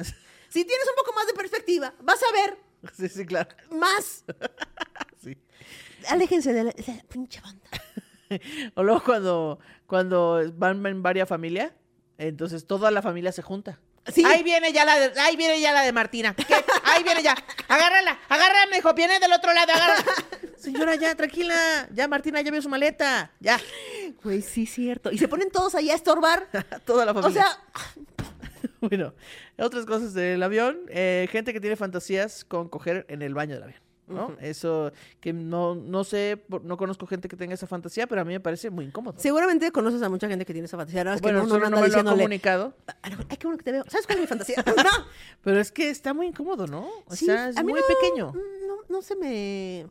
Si tienes un poco más de perspectiva, vas a ver *laughs* Sí, sí, claro. más. Sí. Aléjense de la, de la pinche banda. O luego cuando, cuando van en varias familias, entonces toda la familia se junta. Sí. Ahí viene ya la de, ahí viene ya la de Martina. ¿Qué? Ahí viene ya. Agárrala, agárrala, hijo. Viene del otro lado, agárrala. *laughs* Señora, ya, tranquila. Ya, Martina, ya vio su maleta. Ya, *laughs* Güey, sí, cierto. Y se ponen todos allá a estorbar. toda la O familia. sea, *laughs* bueno, otras cosas del avión. eh, gente que tiene fantasías con coger en el baño del avión. ¿no? Eso que no, no sé, por- no conozco gente que tenga esa fantasía, pero a mí me parece muy incómodo. Seguramente conoces a mucha gente que tiene esa fantasía. Nada más bueno, que no, solo no, no anda me lo ha diciéndole. comunicado, Ay, qué bueno que te veo. ¿Sabes cuál es *laughs* mi fantasía? no. pero es que está muy incómodo, ¿no? O Sí, sea, es a mí muy no, pequeño. mm, No, no se me.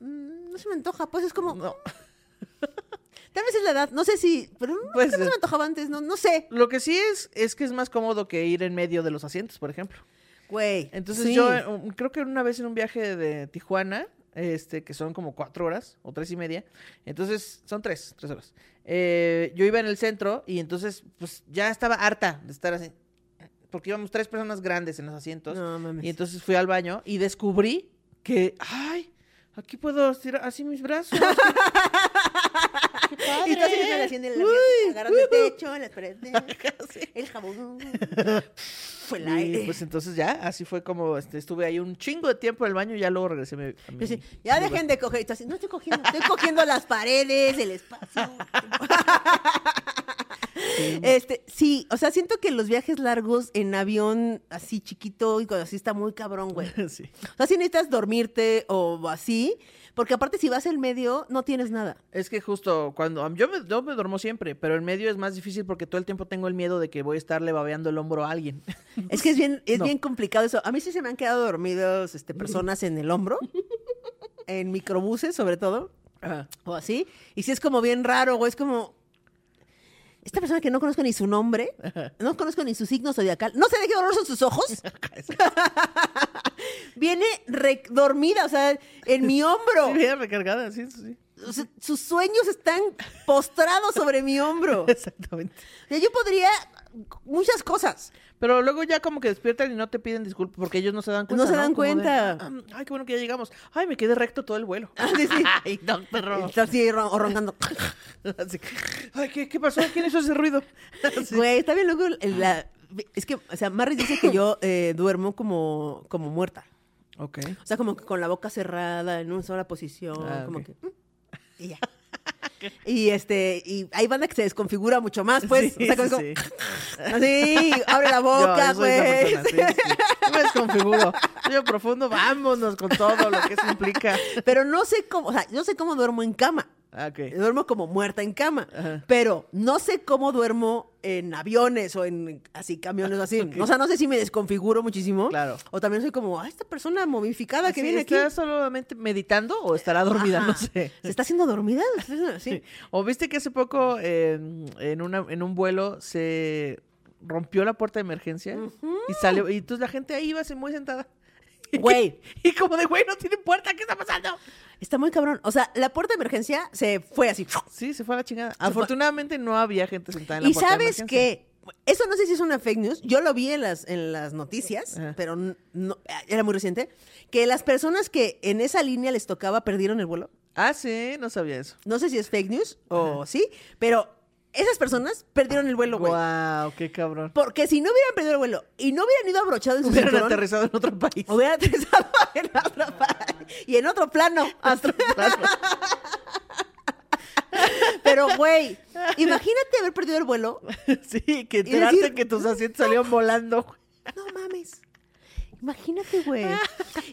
mm, No se me antoja. Pues es como. No. *laughs* Tal vez es la edad. No sé si. Pero Puede mm, creo que ser. se me antojaba antes. No, no sé. Lo que sí es, es que es más cómodo que ir en medio de los asientos, por ejemplo. Güey. Entonces sí. yo eh, um, creo que una vez en un viaje de Tijuana, este, que son como cuatro horas o tres y media, entonces son tres, tres horas. Eh, yo iba en el centro y entonces pues ya estaba harta de estar así, porque íbamos tres personas grandes en los asientos. No mames. *laughs* Y entonces fui al baño y descubrí que, ay, aquí puedo estirar así mis brazos. Y tú haciendo así en el avión, agarrando el techo, *laughs* las paredes, el jabón, fue *laughs* el aire. Y pues entonces ya, así fue como este, estuve ahí un chingo de tiempo en el baño y ya luego regresé. a mi- a mi- Yo Pues sí, ya a mi dejen de coger. Y tú así, no estoy cogiendo, estoy cogiendo las paredes, el espacio. Este, sí, o sea, siento que los viajes largos en avión así chiquito y cuando así está muy cabrón, güey. *laughs* baño. Sí. O sea, si necesitas dormirte o así, porque aparte si vas al medio no tienes nada. Es que justo cuando yo me, yo me duermo siempre, pero en medio es más difícil porque todo el tiempo tengo el miedo de que voy a estarle babeando el hombro a *laughs* alguien. Es que es bien, es No. bien complicado eso. A mí sí se me han quedado dormidos este, personas en el hombro, en microbuses sobre todo, o así. Y sí es como bien raro, güey, es como... Esta persona que no conozco ni su nombre, no conozco ni su signo zodiacal, no sé de qué color son sus *laughs* ojos. *laughs* Viene re- dormida, o sea, en mi hombro. *laughs* Sí, bien recargada, sí, *laughs* sí. O sea, sus sueños están postrados sobre *laughs* mi hombro. O Exactamente. sea, yo podría muchas cosas. Pero luego ya como que despiertan y no te piden disculpas porque ellos no se dan cuenta. No se dan Como de, cuenta. "Ah, ay, qué bueno que ya llegamos. Ay, me quedé recto todo el *laughs* vuelo. Así, sí. Ay, no, *laughs* perro. Está así ro- *laughs* o roncando. Así. Ay, ¿qué, qué pasó? ¿Quién hizo ese *laughs* ruido? Así. Güey, está bien loco. el- la- Es que, o sea, Marris dice que yo eh, duermo como, como muerta. Ok. O sea, como que con la boca cerrada, en una sola posición, Ah, como ok. que. mm, *laughs* Y ya. Y este, y hay banda que se desconfigura mucho más, pues. Sí, o sea, como, sí, sí. así, abre la *laughs* yo, boca, yo soy esa güey. persona, sí, sí. *laughs* Yo Me desconfiguro. Yo profundo, vámonos con todo lo que eso implica. *laughs* Pero no sé cómo, o sea, yo sé cómo duermo en cama. Ah, Ok. Duermo como muerta en cama. Ajá. Pero no sé cómo duermo en aviones o en así *laughs* camiones o así. O sea, no sé si me desconfiguro muchísimo. Claro. O también soy como, ah, esta persona momificada que Sí, viene aquí. ¿Está solamente meditando o estará dormida? Ajá. No sé. ¿Se está *laughs* haciendo dormida? ¿Se está haciendo así? O viste que hace poco eh, en, una, en un vuelo se rompió la puerta de emergencia y salió. Y entonces la gente ahí iba así muy sentada. *laughs* Güey. Y como de, güey, no tiene puerta, ¿qué está pasando? Está muy cabrón. O sea, la puerta de emergencia se fue así. Sí, se fue a la chingada. Afortunadamente no había gente sentada en la Y puerta de sabes emergencia. que eso no sé si es una fake news. Yo lo vi en las, en las noticias, Ajá. pero n- no- era muy reciente. Que las personas que en esa línea les tocaba perdieron el vuelo. Ah, sí, no sabía eso. No sé si es fake news o sí, pero esas personas perdieron el vuelo, güey. Wow, qué cabrón. Porque si no hubieran perdido el vuelo y no hubieran ido abrochado en su Hubieran cinturón, aterrizado en otro país. *laughs* hubieran aterrizado *laughs* en otro pa- y en *laughs* otro plano astral. Pero, güey, imagínate haber perdido el vuelo. sí, que enterarte decir- que tus asientos salieron volando. No mames. Imagínate, güey. Ah.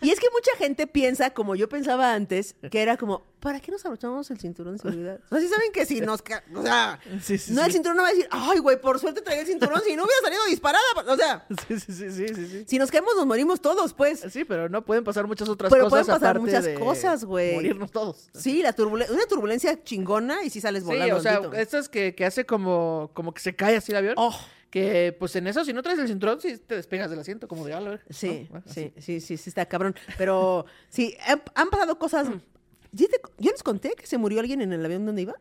Y es que mucha gente piensa, como yo pensaba antes, que era como, ¿para qué nos abrochamos el cinturón de seguridad? O sea, sí saben que si nos... ca- O sea, Sí, sí, no, el sí. cinturón no va a decir, ay, güey, por suerte traía el cinturón, si no hubiera salido disparada. O sea, Sí, sí, sí, sí, sí, sí. si nos caemos nos morimos todos, pues. Sí, pero no pueden pasar muchas otras Pero cosas. pueden pasar aparte muchas de cosas, güey. Morirnos todos. Sí, la turbulen- una turbulencia chingona y si sales volando. Sí, o sea, tantito. estas que, que hace como, como que se cae así el avión. Oh. Que pues en eso, si no traes el cinturón, si te despegas del asiento, como de "Ah, la ver. Sí, ¿no? Así. sí, sí, sí, sí, está cabrón. Pero sí, han, han pasado cosas. Mm. ¿Sí te- ¿Yo les conté que se murió alguien en el avión donde iba?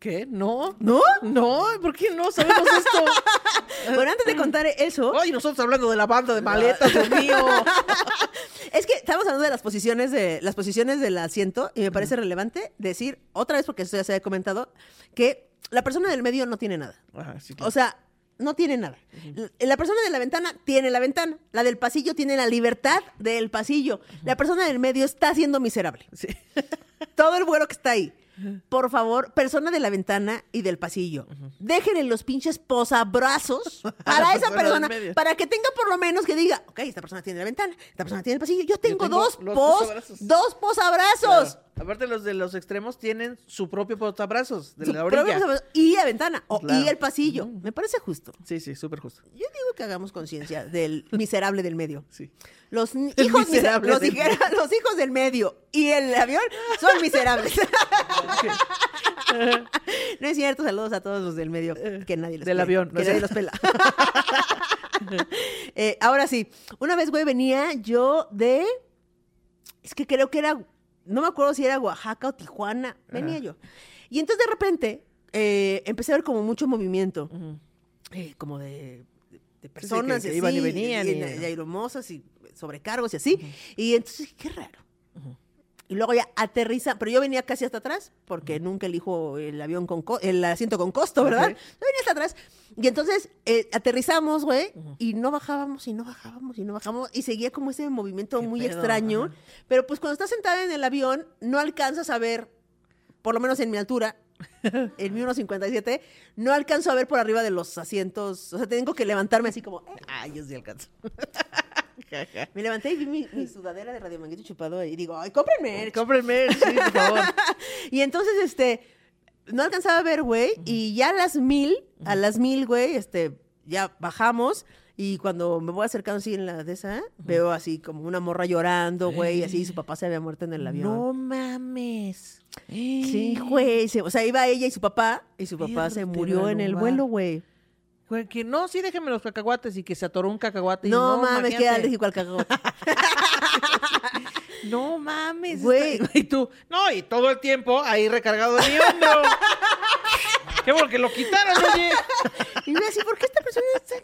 ¿Qué? No. ¿No? No, ¿por qué no sabemos *laughs* esto? Ah. Bueno, antes de contar eso, Ay, nosotros hablando de la banda de maletas, Dios mío. *laughs* es que estamos hablando de las posiciones de las posiciones del asiento y me parece relevante decir otra vez porque esto ya se había comentado que la persona del medio no tiene nada. Ajá, Ah, sí, claro. O sea, no tiene nada. La la persona de la ventana tiene la ventana, la del pasillo tiene la libertad del pasillo, la persona del medio está siendo miserable. Sí. *laughs* Todo el vuelo que está ahí. Por favor, persona de la ventana y del pasillo, déjenle los *laughs* pinches posabrazos para esa Bueno, del persona, medio. para que tenga por lo menos que diga, ok, esta persona tiene la ventana, esta persona tiene el pasillo, yo tengo, tengo dos los pos, posabrazos". dos posabrazos. Claro. Aparte, los de los extremos tienen su propio portabrazos de Su la propio orilla. posabrazos y la ventana, o Claro. y el pasillo. Me parece justo. Sí, sí, súper justo. Yo digo que hagamos conciencia del miserable del medio. Sí. Los ni- El hijos, miser- miserable los, del hijera- los hijos del medio y el avión son miserables. no es cierto, saludos a todos los del medio, que nadie los Del pela, avión, no que es nadie los pela. *laughs* Eh, ahora sí, una vez, güey, venía yo de... Es que creo que era... No me acuerdo si era Oaxaca o Tijuana, venía yo. Y entonces de repente eh, empecé a ver como mucho movimiento eh, como de, de- de personas que y iban y así, venían y, y- de- de aeromosas y sobrecargos y así. Y entonces, qué raro. Y luego ya aterriza, pero yo venía casi hasta atrás, porque nunca elijo el avión con co- el asiento con costo, ¿verdad? Ok. Yo venía hasta atrás. Y entonces eh, aterrizamos, güey, y no bajábamos, y no bajábamos, y no bajábamos, y seguía como ese movimiento Qué muy pedo, extraño. ajá. Pero pues cuando estás sentada en el avión, no alcanzas a ver, por lo menos en *laughs* mi altura, en mi 1.57, no alcanzo a ver por arriba de los asientos. O sea, tengo que levantarme así como, eh, ay, yo sí *laughs* alcanzo. Me levanté y vi mi, mi sudadera de Radio Manguito chupado y digo, ay, cómprenme. Cómprenme, sí, por favor. Y entonces, este, no alcanzaba a ver, güey, y ya a las mil, a las mil, güey, este, ya bajamos. Y cuando me voy acercando así en la de esa, veo así como una morra llorando, güey, y así su papá se había muerto en *laughs* el avión. No mames. Sí, güey. se- O sea, iba ella y su papá, y su papá se Vértebra murió en el lumbar. vuelo, güey. Güey, que no, sí, déjenme los cacahuates y que se atoró un cacahuate. y No, mames, queda imagínate. alérgico al cagón. No mames. *laughs* Güey. está- Y tú, No, y todo el tiempo ahí recargado de mi hombro. *laughs* Qué bueno que lo quitaron, oye. Y yo así, ¿por qué esta persona está...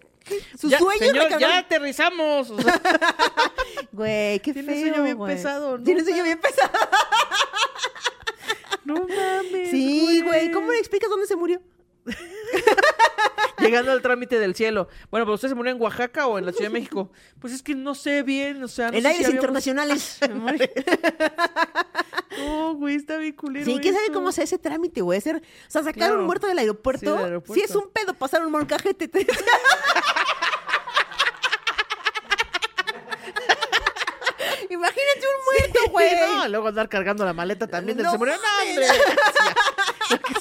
Su Ya, sueño señor, recargado- ya aterrizamos. O sea, Güey, qué Tiene feo, sueño bien güey. pesado, ¿no? Tiene sueño bien pesado. no mames. Sí, güey. ¿Cómo le explicas dónde se murió? *laughs* Llegando al trámite del cielo. Bueno, pero usted se murió en Oaxaca o en la Ciudad *laughs* de México. Pues es que no sé bien, o sea, Ah, no en sé aires si había- internacionales. No, güey, está bien culero. *laughs* Sí, ¿quién sabe eso. *laughs* cómo sea ese trámite, güey? Hacer- O sea, sacar Claro. un muerto del aeropuerto. Sí, del Sí, aeropuerto. es un pedo pasar un molcajete. *laughs* Imagínate un muerto, güey. *laughs* güey, no, luego andar cargando la maleta también del No se murió. No, mames. hombre. *laughs* *laughs*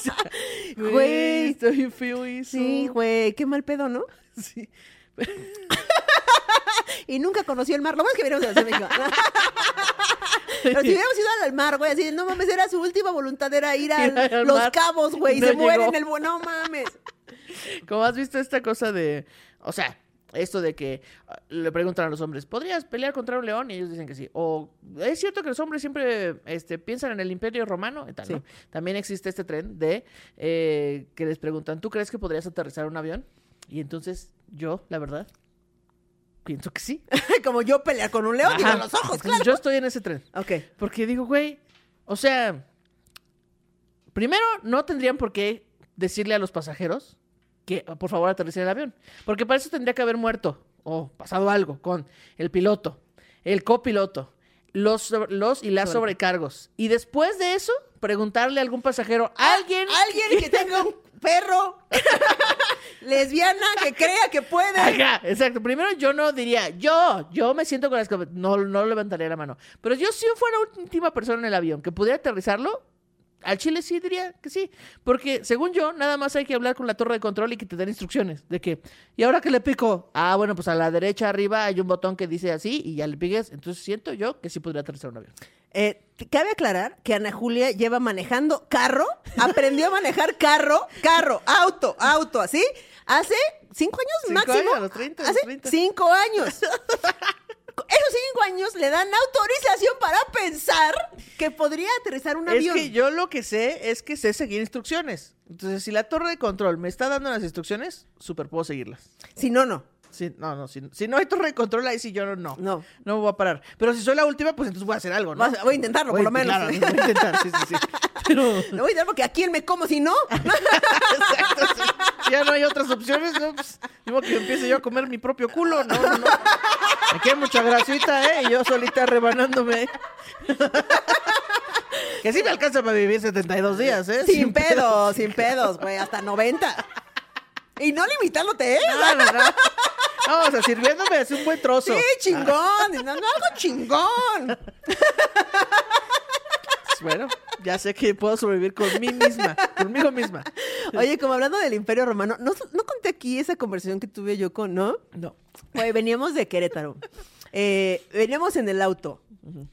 Güey. Güey, está bien feo eso. Sí, güey, qué mal pedo, ¿no? *laughs* Sí. Y nunca conoció el mar. Lo más que hubiéramos hecho México. *laughs* Ah, Pero si hubiéramos ido al mar, güey, así, de, no mames, era su última voluntad, era ir *laughs* a Ir al los mar. cabos, güey, y No se muere llegó. en el... bu- No mames. *laughs* Como has visto esta cosa de, o sea, esto de que ah, le preguntan a los hombres, ¿podrías pelear contra un león? Y ellos dicen que sí. O es cierto que los hombres siempre este, piensan en el imperio romano. Y tal, Sí. ¿no? También existe este tren de eh, que les preguntan, ¿tú crees que podrías aterrizar un avión? Y entonces yo, la verdad, pienso que sí. Como yo pelear con un león, digo, Ajá. los ojos, Entonces, claro. Yo estoy en ese tren. Ok. Porque digo, güey, o sea, primero no tendrían por qué decirle a los pasajeros que por favor aterricen el avión. Porque para eso tendría que haber muerto o pasado algo con el piloto, el copiloto, los, sobre- los y las sobrecargos. Y después de eso, preguntarle a algún pasajero, alguien... Alguien que tenga un perro *laughs* lesbiana que crea *laughs* que puede. Ajá, exacto. Primero yo no diría, yo, yo me siento con las... que- No, no levantaría la mano. Pero yo si fuera una última persona en el avión que pudiera aterrizarlo, al Chile sí diría que sí. Porque según yo, nada más hay que hablar con la torre de control y que te den instrucciones. De que, ¿y ahora que le pico? Ah, bueno, pues a la derecha arriba hay un botón que dice así y ya le piques. Entonces siento yo que sí podría aterrizar un avión. Eh, cabe aclarar que Ana Julia lleva manejando carro, aprendió a manejar carro, carro, auto, auto, así, hace cinco años Cinco máximo. años, a los 30, a los hace 30. cinco años. Esos cinco años le dan autorización para pensar que podría aterrizar un avión. Es que yo lo que sé es que sé seguir instrucciones. Entonces, si la torre de control me está dando las instrucciones, super puedo seguirlas. Si no, no. Sí, no, no, si, si no hay torre de control, ahí sí yo no, no. No. No me voy a parar. Pero si soy la última, pues entonces voy a hacer algo, ¿no? Vas- voy a intentarlo, por Voy- lo menos. Claro, voy a intentar, sí, *laughs* sí, sí. Pero *laughs* Lo voy a dar porque aquí él me como, si no. exacto, sí. ya no hay otras opciones, ¿no? Pues, digo que empiece yo a comer mi propio culo, ¿no? no, no. Aquí hay mucha grasita, ¿eh? Y yo solita rebanándome. *laughs* Que sí me alcanza para vivir 72 días, ¿eh? Sin pedos, sin pedos, güey, hasta 90. Y no limitándote, ¿eh? No, no, no. No, o sea, sirviéndome es un buen trozo. Sí, chingón. No, no, algo chingón. Bueno, ya sé que puedo sobrevivir con mí misma, conmigo misma. Oye, como hablando del Imperio Romano, no, no conté aquí esa conversación que tuve yo con, ¿no? No. Güey, veníamos de Querétaro. Eh, veníamos en el auto.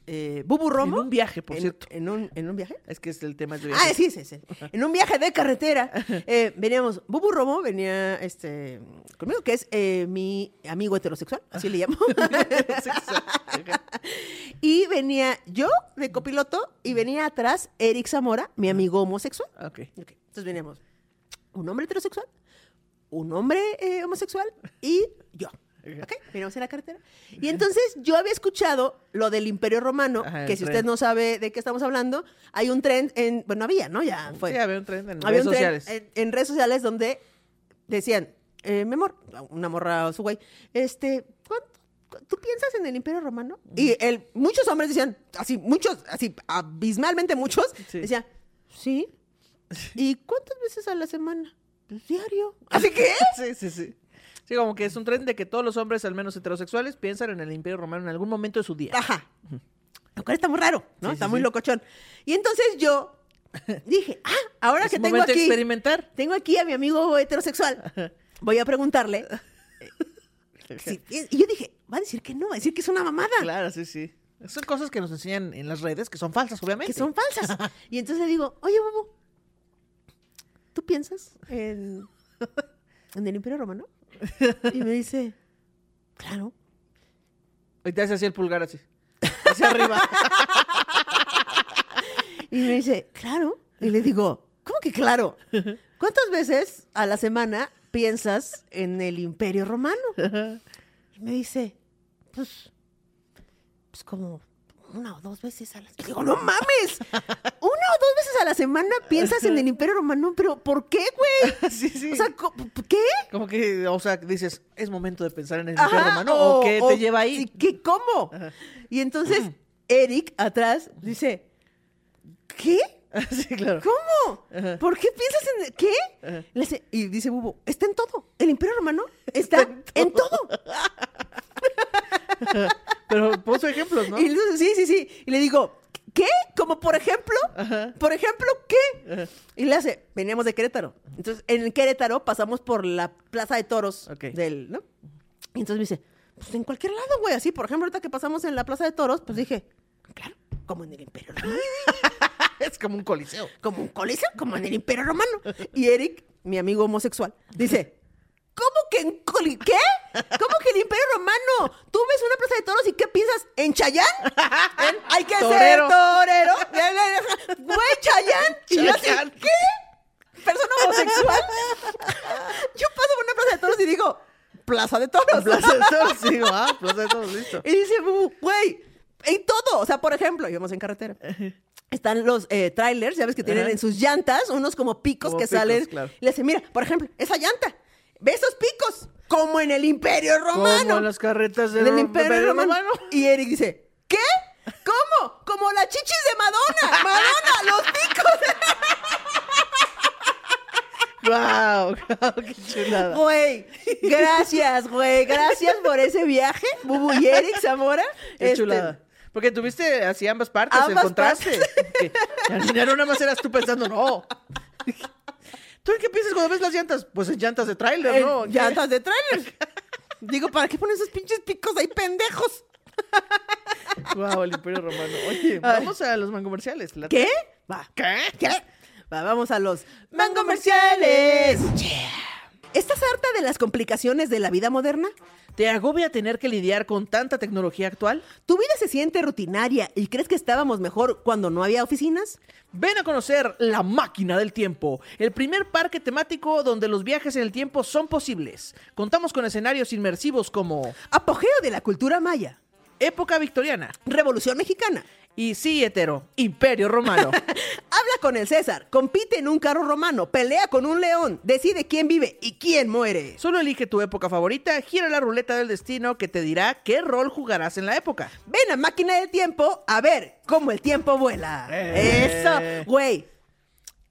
Eh, Bubu Romo. En un viaje, por en- cierto. En un, ¿En un viaje? Es que es el tema de Ah, sí, sí, sí. En un viaje de *laughs* carretera eh, veníamos, Bubu Romo venía este, conmigo, que es eh, mi amigo heterosexual, *laughs* así le llamo. y venía yo de copiloto y venía atrás Eric Zamora, mi amigo homosexual. Ok. Ok, Entonces veníamos un hombre heterosexual, un hombre eh, homosexual y yo. ¿Ok? Veníamos en la carretera. Y entonces yo había escuchado lo del Imperio Romano, Ajá, el que si tren. usted no sabe de qué estamos hablando, hay un tren en. Bueno, había, ¿no? Ya fue. Sí, había un tren en Había redes un tren eh, sociales. En, en redes sociales donde decían, eh, mi amor, una morra su güey, este, ¿cuánto? cu- ¿Tú piensas en el Imperio Romano? Y el, muchos hombres decían, así, muchos, así, abismalmente muchos, Sí. decían, *laughs* sí. ¿Y cuántas veces a la semana? Pues *laughs* diario. ¿Así que? Sí, sí, sí. Sí, como que es un tren de que todos los hombres, al menos heterosexuales, piensan en el Imperio Romano en algún momento de su día. Ajá. Lo cual está muy raro, ¿no? Sí, sí, está muy sí. locochón. Y entonces yo dije, ah, ahora es que un tengo momento de aquí... experimentar. tengo aquí a mi amigo heterosexual. Voy a preguntarle. Sí, y yo dije, va a decir que no, va a decir que es una mamada, Claro, sí, sí. Son cosas que nos enseñan en las redes que son falsas, obviamente. que son falsas. Y entonces le digo, oye, Bobo, ¿tú piensas en, en el Imperio Romano? Y me dice, claro. Y te hace así el pulgar *laughs* así. Hacia arriba. Y me dice, claro. Y le digo, ¿cómo que claro? ¿Cuántas veces a la semana piensas en el Imperio Romano? Y me dice, pues, pues como una o dos veces a la semana. Digo, no mames. Una o dos veces a la semana piensas en el Imperio Romano, pero ¿por qué, güey? sí, sí. O sea, co- ¿qué? como que, o sea, dices, es momento de pensar en el Ajá, Imperio Romano o, qué te lleva ahí. sí, ¿Qué? ¿Cómo? Y entonces Eric atrás dice, ¿qué? *laughs* sí, claro. ¿Cómo? ¿Por qué piensas en qué? Ajá. Le hace- y dice Bubo, está en todo. El Imperio *laughs* Romano está, en todo. Pero puso ejemplos, ¿no? Y le- sí, sí, sí. Y le digo, ¿qué? Como por ejemplo, por ejemplo, ¿qué? Y le hace, veníamos de Querétaro. Entonces, en Querétaro pasamos por la Plaza de Toros Ok. del, ¿no? Y entonces me dice, pues en cualquier lado, güey. Así, por ejemplo, ahorita que pasamos en la Plaza de Toros, pues dije, claro, como en el Imperio Romano. Es como un coliseo. como un coliseo, como en el Imperio Romano. Y Eric, mi amigo homosexual, dice, ¿cómo que en coli qué? ¿Cómo que el Imperio Romano? Tú ves una plaza de toros y ¿qué piensas? ¿En Chayán? ¿En- Hay que Torero. ser torero. Ya, ya, ya. Güey, Chayán. Y yo así, Chayán. ¿qué? Persona homosexual. Yo paso por una plaza de toros y digo, plaza *laughs* de toros. Plaza de todos, sí, ah, Plaza de todos, listo. Y dice, "Bu, güey, en todo. O sea, por ejemplo, íbamos en carretera. Están los eh, trailers, ya ves que tienen Ajá. en sus llantas unos como picos Como que picos, salen. claro. Y le dice, mira, por ejemplo, esa llanta, ve esos picos, como en el Imperio Romano. Como en las carretas del, Del Ro- Imperio del Romano. Y Eric dice, ¿qué? ¿Cómo? Como las chichis de Madonna. Madonna, los *laughs* picos. ¡Guau! guau, ¡Qué chulada! Güey, gracias, güey. Gracias por ese viaje, Bubu y Eric Zamora. ¡Qué Este, chulada! Porque tuviste así ambas partes, el Ambas contraste. *laughs* Que al final no nada más eras tú pensando, *laughs* no. ¿Tú en qué piensas cuando ves las llantas? Pues en llantas de tráiler, en ¿no? llantas de trailer. Digo, ¿para qué ponen esos pinches picos ahí, pendejos? ¡Guau! El Imperio Romano. Oye, Ay. vamos a los mancomerciales. La- ¿Qué? Va. ¿Qué? ¿Qué? Va, vamos a los mancomerciales. ¿Estás harta de las complicaciones de la vida moderna? ¿Te agobia tener que lidiar con tanta tecnología actual? ¿Tu vida se siente rutinaria y crees que estábamos mejor cuando no había oficinas? Ven a conocer La Máquina del Tiempo, el primer parque temático donde los viajes en el tiempo son posibles. Contamos con escenarios inmersivos como Apogeo de la cultura maya. época victoriana, Revolución mexicana. Y sí, hetero, imperio *laughs* romano. Habla con el César, compite en un carro romano, pelea con un león, decide quién vive y quién muere. Solo elige tu época favorita, gira la ruleta del destino que te dirá qué rol jugarás en la época. Ven a máquina del tiempo a ver cómo el tiempo vuela. Eh. Eso, güey.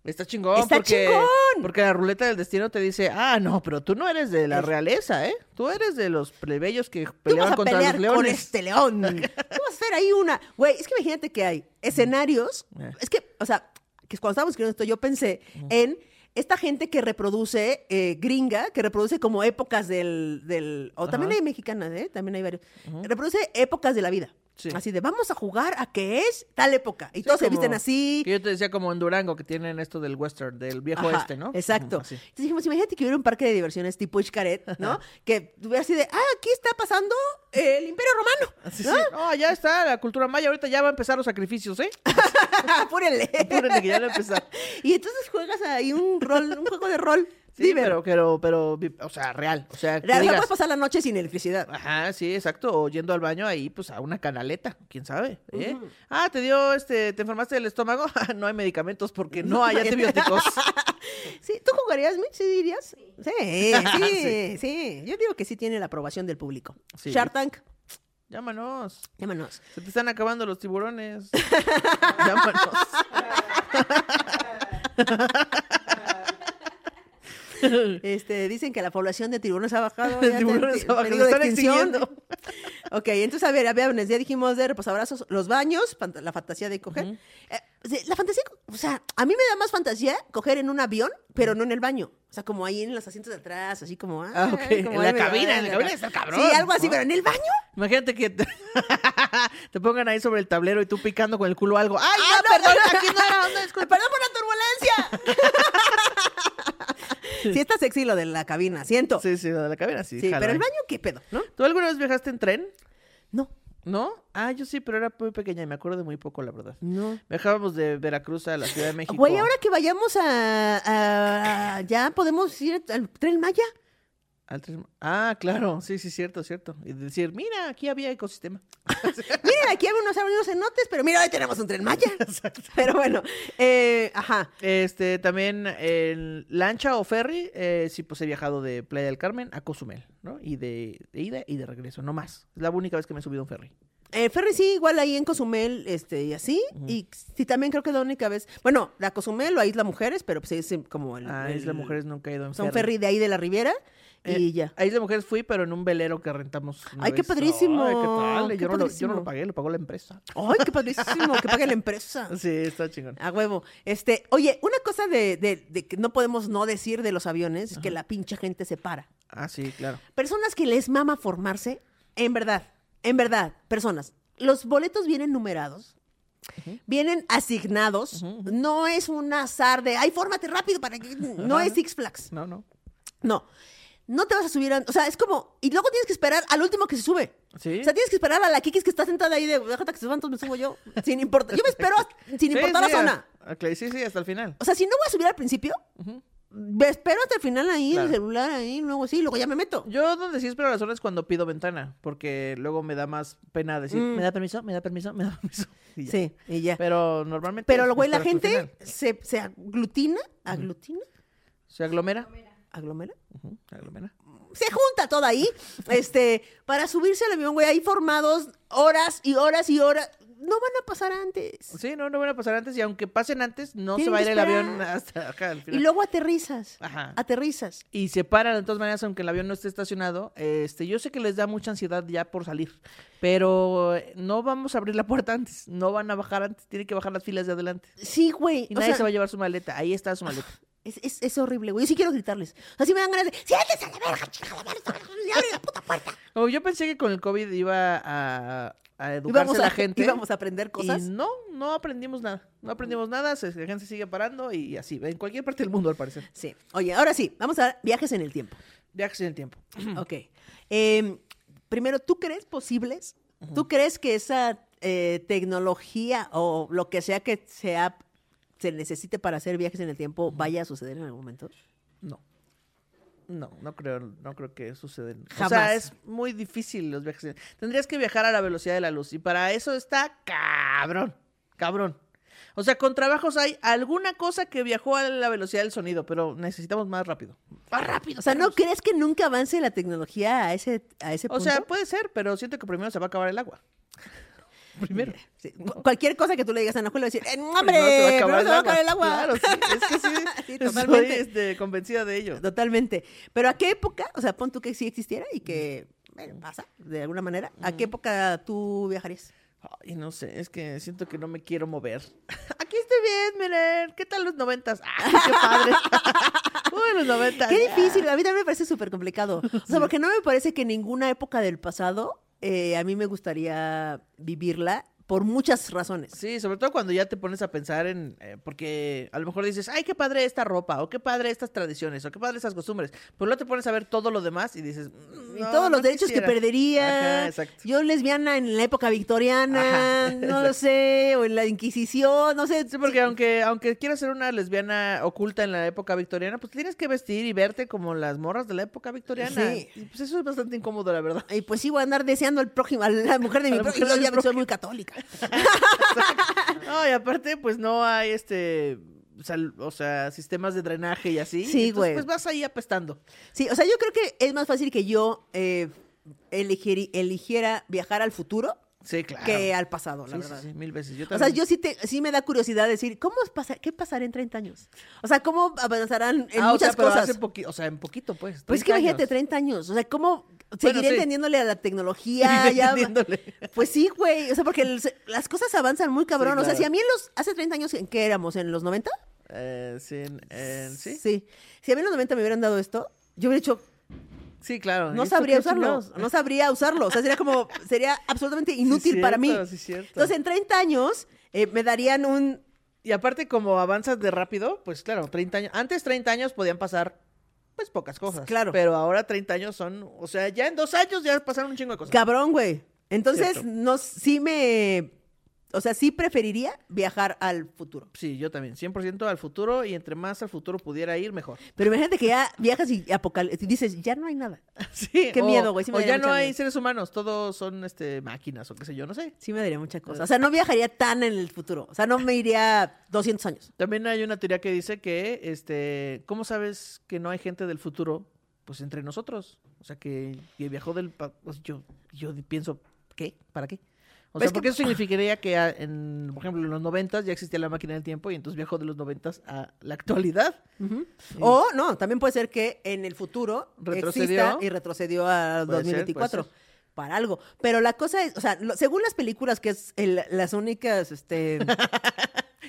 Está chingón. Está porque, chingón. Porque la ruleta del destino te dice, ah, no, pero tú no eres de la realeza, ¿eh? Tú eres de los plebeyos que Tú vas peleaban a contra pelear los con leones. *laughs* este león. Tú vas a hacer ahí una. Güey, es que imagínate que hay escenarios. Eh. Es que, o sea, que cuando estábamos escribiendo esto, yo pensé en esta gente que reproduce eh, gringa, que reproduce como épocas del. del o también Ajá. hay mexicanas, ¿eh? También hay varios. Reproduce épocas de la vida. Sí. Así de, vamos a jugar a que es tal época. Y Sí, todos se como- visten así. que yo te decía como en Durango, que tienen esto del western, del viejo Ajá, este, ¿no? Exacto. Ujú, así. Entonces dijimos, imagínate que hubiera un parque de diversiones tipo Xcaret, ¿no? que tuviera así de, ah, aquí está pasando el Imperio Romano. Ah, Sí, sí. No, ya está la cultura maya. Ahorita ya va a empezar los sacrificios, *laughs* ¿eh? Apúrenle. Apúrenle que ya va a empezar. Y entonces juegas ahí un rol, un juego de rol. Sí, pero, pero, pero, vi- o sea, real. O sea, que Real, o sea, pues, digas, puedes pasar la noche sin electricidad. Ajá, sí, exacto. O yendo al baño ahí, pues a una canaleta, quién sabe. ¿eh? Ah, te dio, este, te enfermaste del estómago. *laughs* Ah, no hay medicamentos porque no *laughs* hay antibióticos. Sí, ¿tú jugarías, Mitch? ¿Sí dirías? Sí, sí, sí, *laughs* Sí. Yo digo que sí tiene la aprobación del público. Sí. Shark Tank, Llámanos. llámanos. Se te están acabando los *laughs* tiburones. Llámanos. Este, dicen que la población de tiburones ha *laughs* bajado. De ya está en tiburones pe- ha bajado, peligro de están extinción. extinguiendo. ok, entonces, a ver, había unos ya dijimos de reposabrazos, los baños, fant- la fantasía de coger. Eh, sí, la fantasía, o sea, a mí me da más fantasía coger en un avión, pero no en el baño. O sea, como ahí en los asientos de atrás, así como... Ah, Ah, ok. como En la ahí me- cabina, en la ah, cabina está el cabrón, Sí, algo así, ¿no? pero en el baño. Imagínate que te... *laughs* te pongan ahí sobre el tablero y tú picando con el culo algo. ¡Ay, Ah, no, perdón! no. Aquí *laughs* no era onda, disculpa. Perdón por la *laughs* turbulencia. sí, está sexy lo de la cabina, siento. Sí, Sí, sí, lo de la cabina sí. jalo pero ahí. el baño, ¿qué pedo? ¿No? ¿Tú alguna vez viajaste en tren? No. ¿No? Ah, yo sí, pero era muy pequeña y me acuerdo de muy poco, la verdad. No. Viajábamos de Veracruz a la Ciudad de México. Güey, ahora que vayamos a, a- Ya podemos ir al tren Maya. Al tren- Ah, claro, sí, sí, cierto, cierto. Y decir, mira, aquí había *laughs* ecosistema. Miren, aquí hay unos avenidos cenotes, pero mira, hoy tenemos un *laughs* tren Maya. Pero bueno, eh, ajá. Este, también en lancha o ferry, eh, sí, pues he viajado de Playa del Carmen a Cozumel, ¿no? Y de, de ida y de regreso, no más. Es la única vez que me he subido a un ferry. El Eh, ferry sí, igual ahí en Cozumel, este, y así. Y sí, también creo que la única vez. Bueno, la Cozumel o Isla Mujeres, pero pues es como el. A el- Isla Ah, Mujeres nunca he ido en o sea, un ferry. ferry de ahí de la Riviera y Eh, ya. A Isla Mujeres fui, pero en un velero que rentamos. una Ay, qué vez. padrísimo, Ay, ¿qué tal? qué yo, No lo, yo no padrísimo. lo pagué, lo pagó la empresa. Ay, qué padrísimo, que pague la empresa. *laughs* Sí, está chingón. A huevo. Este, oye, una cosa de, de- de que no podemos no decir de los aviones es que la pincha gente se para. Ah, sí, claro. Personas que les mama formarse, en verdad, en verdad, personas. Los boletos vienen numerados, vienen asignados. No es un azar de, ay, fórmate rápido para que. No es Six Flags. No, no. No. No te vas a subir, a- o sea, es como, y luego tienes que esperar al último que se sube. Sí. O sea, tienes que esperar a la Kikis que está sentada ahí de, déjate que se van, entonces me subo yo. Sin importar, yo me espero *laughs* a- sin Sí, importar sí, la zona. a- a- claro, Sí, sí, hasta el final. O sea, si no voy a subir al principio, me espero hasta el final ahí, en el Claro. celular ahí, luego sí, luego ya me meto. Yo donde sí espero las horas es cuando pido ventana, porque luego me da más pena decir, Mm. me da permiso, me da permiso, me da permiso. Y ya. Sí, y ya. Pero, Pero normalmente. lo güey, la espero hasta el gente final. se, se aglutina, aglutina, Se aglomera. aglomera, Ujú, se aglomera. se junta toda ahí, este, para subirse al avión, güey, ahí formados horas y horas y horas. No van a pasar antes. Sí, no, no van a pasar antes, y aunque pasen antes, no se Tienen va a ir que el esperar. avión hasta acá al Y final. luego aterrizas. Ajá. Aterrizas. Y se paran de todas maneras, aunque el avión no esté estacionado. Este, yo sé que les da mucha ansiedad ya por salir, pero no vamos a abrir la puerta antes, no van a bajar antes, tienen que bajar las filas de adelante. Sí, güey. Y o nadie sea, se va a llevar su maleta, ahí está su *laughs* maleta. Es, es, es horrible, güey. Yo sí quiero gritarles. Así me dan ganas de. ¡Siéntese a la verga, chica! ¡Le abre la puta puerta! Como yo pensé que con el COVID iba a, a Y educarse vamos la gente. Íbamos a aprender cosas. Y no, no aprendimos nada. No aprendimos nada, se- la gente sigue parando y así, en cualquier parte del mundo al parecer. Sí. Oye, ahora sí, vamos a ver viajes en el tiempo. Viajes en el tiempo. ok. Eh, primero, ¿tú crees posibles? ¿Tú crees que esa eh, tecnología o lo que sea que sea se necesite para hacer viajes en el tiempo vaya a suceder en algún momento? No. No, no creo, no creo que suceda. O Jamás. sea, es muy difícil los viajes. Tendrías que viajar a la velocidad de la luz y para eso está cabrón, cabrón. O sea, con trabajos hay alguna cosa que viajó a la velocidad del sonido, pero necesitamos más rápido. Más rápido. O sea, ¿no que... crees que nunca avance la tecnología a ese, a ese O punto? sea, puede ser, pero siento que primero se va a acabar el agua. primero. Sí, cu- Cualquier cosa que tú le digas a Ana Julia va a decir, "Eh, ¡hombre! Primero Primero se va a acabar el agua. Claro, sí, es que *laughs* sí, Sí, estoy totalmente. este, convencida de ello. Totalmente. Pero ¿a qué época? O sea, pon tú que sí existiera y que bueno, pasa de alguna manera. ¿A qué época tú viajarías? Ay, no sé, es que siento que no me quiero mover. *laughs* Aquí estoy bien, miren. ¿Qué tal los *laughs* noventas? ¡Ay, qué padre! Uy, los noventas. Ah. Qué difícil. A mí también me parece súper complicado. O sea, porque no me parece que ninguna época del pasado eh, a mí me gustaría vivirla por muchas razones. Sí, sobre todo cuando ya te pones a pensar en, eh, porque a lo mejor dices, ay, qué padre esta ropa, o qué padre estas tradiciones, o qué padre estas costumbres, pero luego te pones a ver todo lo demás y dices, "Mm, y todos los derechos que perdería. Ajá, exacto. Yo lesbiana en la época victoriana, Ajá, no lo sé, o en la Inquisición, no sé. Sí, porque aunque, aunque quieras ser una lesbiana oculta en la época victoriana, pues tienes que vestir y verte como las morras de la época victoriana. Sí. Y pues eso es bastante incómodo, la verdad. *laughs* Y pues sigo a andar deseando al prójimo, a la mujer de A mi la prójimo. mujer de Yo mi ya soy muy católica. No, y aparte, pues no hay este. sal- o sea, sistemas de drenaje y así. Sí, Entonces, güey. Pues vas ahí apestando. Sí, o sea, yo creo que es más fácil que yo eh, eligiri- eligiera viajar al futuro Sí, claro. que al pasado, Sí, la sí, verdad. sí, mil veces. Yo O sea, también. yo sí, te, sí me da curiosidad decir, ¿cómo es pasa- ¿qué pasará en 30 años? O sea, ¿cómo avanzarán en Ah, o sea, muchas pero cosas? hace poqui- o sea, en poquito, pues. Pues es que 30 imagínate, años. 30 años. O sea, ¿cómo Bueno, seguiré sí. entendiéndole a *laughs* la tecnología? Seguiré ya- entendiéndole. *laughs* Pues sí, güey. O sea, porque el- las cosas avanzan muy cabrón. O sea, claro. si a mí en los, hace 30 años, ¿en qué éramos? ¿En los 90? Eh, sí, en- en- sí. Si a mí en los 90 me hubieran dado esto, yo hubiera dicho, Sí, claro. no ¿Esto sabría qué usarlo. chingados? No sabría usarlo. O sea, sería como, sería absolutamente *laughs* inútil Sí, para mí. cierto, sí, cierto. Entonces, en 30 años eh, me darían un... Y aparte, como avanzas de rápido, pues claro, 30 años. Antes 30 años podían pasar, pues pocas cosas. Claro. Pero ahora 30 años son. O sea, ya en dos años ya pasaron un chingo de cosas. Cabrón, güey. Entonces, Cierto. no, sí me... O sea, sí preferiría viajar al futuro. Sí, yo también. 100% al futuro y entre más al futuro pudiera ir, mejor. *laughs* Pero imagínate que ya viajas y apocal- y dices, ya no hay nada. Sí. Qué o- miedo, güey, sí me o daría ya mucho no hay miedo. seres humanos, todos son este máquinas o qué sé yo, no sé. Sí me daría mucha cosa. O sea, no viajaría tan en el futuro. O sea, no me iría 200 años. También hay una teoría que dice que, este, ¿cómo sabes que no hay gente del futuro? Pues entre nosotros. O sea, que, que viajó del... pa- pues, yo, yo pienso, ¿qué? ¿Para qué? O sea, Pues que- porque eso significaría que, a- en, por ejemplo, en los noventas ya existía la máquina del tiempo y entonces viajó de los noventas a la actualidad. *laughs* O no, también puede ser que en el futuro Retrocedió. exista y retrocedió a Puede ser, 2024. puede Para algo. Pero la cosa es, o sea, lo- según las películas, que es el- las únicas este,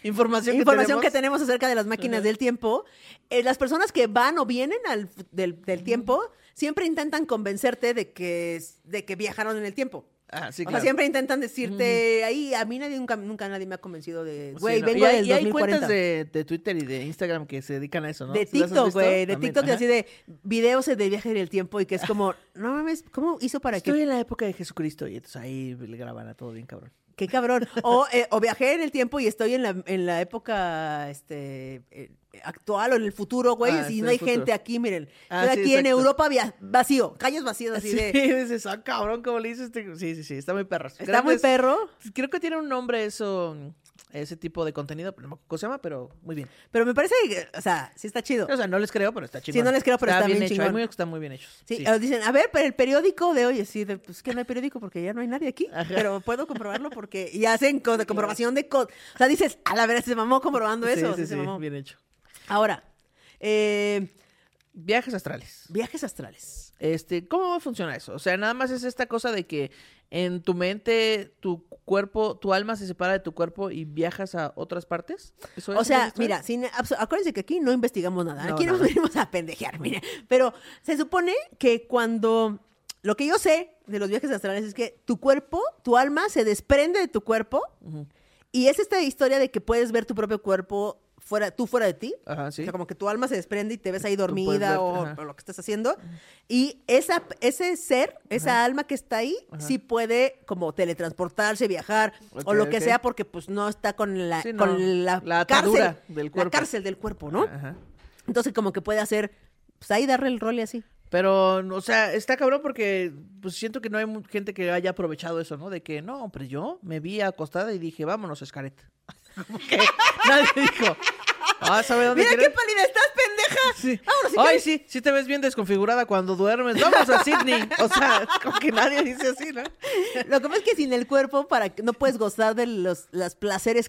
Información, información que tenemos. que tenemos acerca de las máquinas del tiempo, eh, las personas que van o vienen al, fu- del, del tiempo siempre intentan convencerte de que, es- de que viajaron en el tiempo. Ah, sí, o sea, claro. siempre intentan decirte, ahí, a mí nadie, nunca, nunca nadie me ha convencido de, Sí, güey, ¿no? vengo y hay, del y hay 2040". cuentas de, de Twitter y de Instagram que se dedican a eso, ¿no? De ¿Sí las has TikTok, visto? güey, de También, TikTok ajá. así de videos de viaje en el tiempo y que es como, *laughs* no mames, ¿cómo hizo para Estoy que en la época de Jesucristo y entonces ahí le graban a todo bien cabrón. qué cabrón? *laughs* O, eh, o viajé en el tiempo y estoy en la, en la época este eh, actual o en el futuro, güey, Ah, y en no el hay futuro. gente aquí, miren. Ah, Estoy sí, aquí en exacto. Europa via- vacío, calles vacías así Sí, *laughs* de dices, ah, cabrón, ¿cómo le dices? este? Sí, sí, sí, está muy perro. está Creo que muy es- perro, Creo que tiene un nombre eso, ese tipo de contenido, pero no me acuerdo cómo se llama, pero muy bien. pero me parece que, o sea, sí está chido. O sea, no les creo, pero está chingón. no les creo, pero está bien hecho. chingón. Hay muchos que están muy bien hechos. Sí, Sí. eh, dicen, a ver, pero el periódico de hoy, sí, de, pues que no hay periódico porque ya no hay nadie aquí, Ajá. pero puedo comprobarlo porque, y hacen co- de comprobación de cosas. O sea, dices, a la verdad, se mamó comprobando Sí, eso. sí, sí, se sí, mamó. bien hecho. Ahora, eh, Viajes astrales. viajes astrales. Este, ¿cómo funciona eso? O sea, nada más es esta cosa de que en tu mente, tu cuerpo, tu alma se separa de tu cuerpo y viajas a otras partes. ¿Eso es O un viaje sea, astral? mira, sin, abso- acuérdense que aquí no investigamos nada, No, aquí nos nada. venimos a pendejear, *laughs* mira. Pero se supone que cuando, lo que yo sé de los viajes astrales es que tu cuerpo, tu alma se desprende de tu cuerpo Ujú. y es esta historia de que puedes ver tu propio cuerpo fuera, tú fuera de ti. Ajá, sí. O sea, como que tu alma se desprende y te ves ahí puedes dormida verte, o, ajá. o lo que estás haciendo. Y esa, ese ser, esa alma que está ahí, Ajá. sí puede como teletransportarse, viajar o Ok, lo que ok. sea, porque pues no está con la, Sí, no. con la, La cárcel atadura del La cuerpo. cárcel del cuerpo, ¿no? Ajá. Entonces como que puede hacer pues ahí darle el rol y así. Pero, o sea, está cabrón porque pues siento que no hay mu- gente que haya aprovechado eso, ¿no? De que, no, pero yo me vi acostada y dije, vámonos, *laughs* Escaret. Como que nadie dijo, ah, ¿sabe dónde Mira qué quiero ir?". pálida estás, pendeja. Sí. Vámonos, si Ay, quieres. sí, sí te ves bien desconfigurada cuando duermes. Vamos a Sydney. O sea, *laughs* es como que nadie dice así, ¿no? Lo que pasa es que sin el cuerpo para que- no puedes gozar de los, las placeres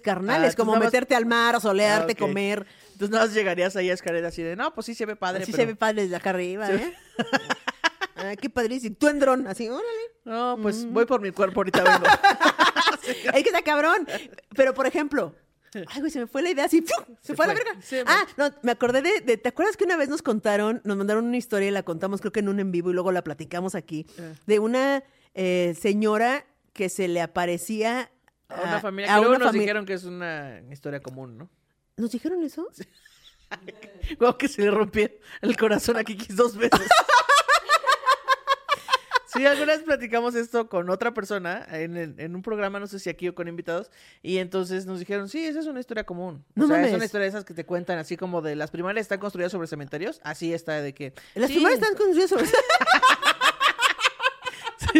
Ah, carnales, tú como nada más- meterte al mar, o solearte, Ah, ok. comer. Entonces nada más llegarías ahí a Escaret así de, no, pues sí se ve padre. así pero... se ve padre desde acá arriba, *laughs* ¿eh? Ah, qué padrísimo. Tú en dron, así, órale. No, pues Mm. voy por mi cuerpo, ahorita vengo. *laughs* Es que está cabrón. Pero, por ejemplo, ay, güey, se me fue la idea así. ¡fiu! Se, Se fue a la fue, verga. se fue. ah, no, me acordé de, de- ¿Te acuerdas que una vez nos contaron, nos mandaron una historia y la contamos, creo que en un en vivo y luego la platicamos aquí, de una eh, señora que se le aparecía A una familia que Ah, a luego una nos fami- dijeron que es una historia común, ¿no? ¿Nos dijeron eso? *laughs* Guau, que se le rompió el corazón a Kikis dos *laughs* veces. Sí, alguna vez platicamos esto con otra persona en, el- en un programa, no sé si aquí o con invitados, y entonces nos dijeron, sí, esa es una historia común. O No sea, es mames. una historia de esas que te cuentan así como de las primarias están construidas sobre cementerios, así está de que... Las sí, primeras están construidas sobre *laughs* sí,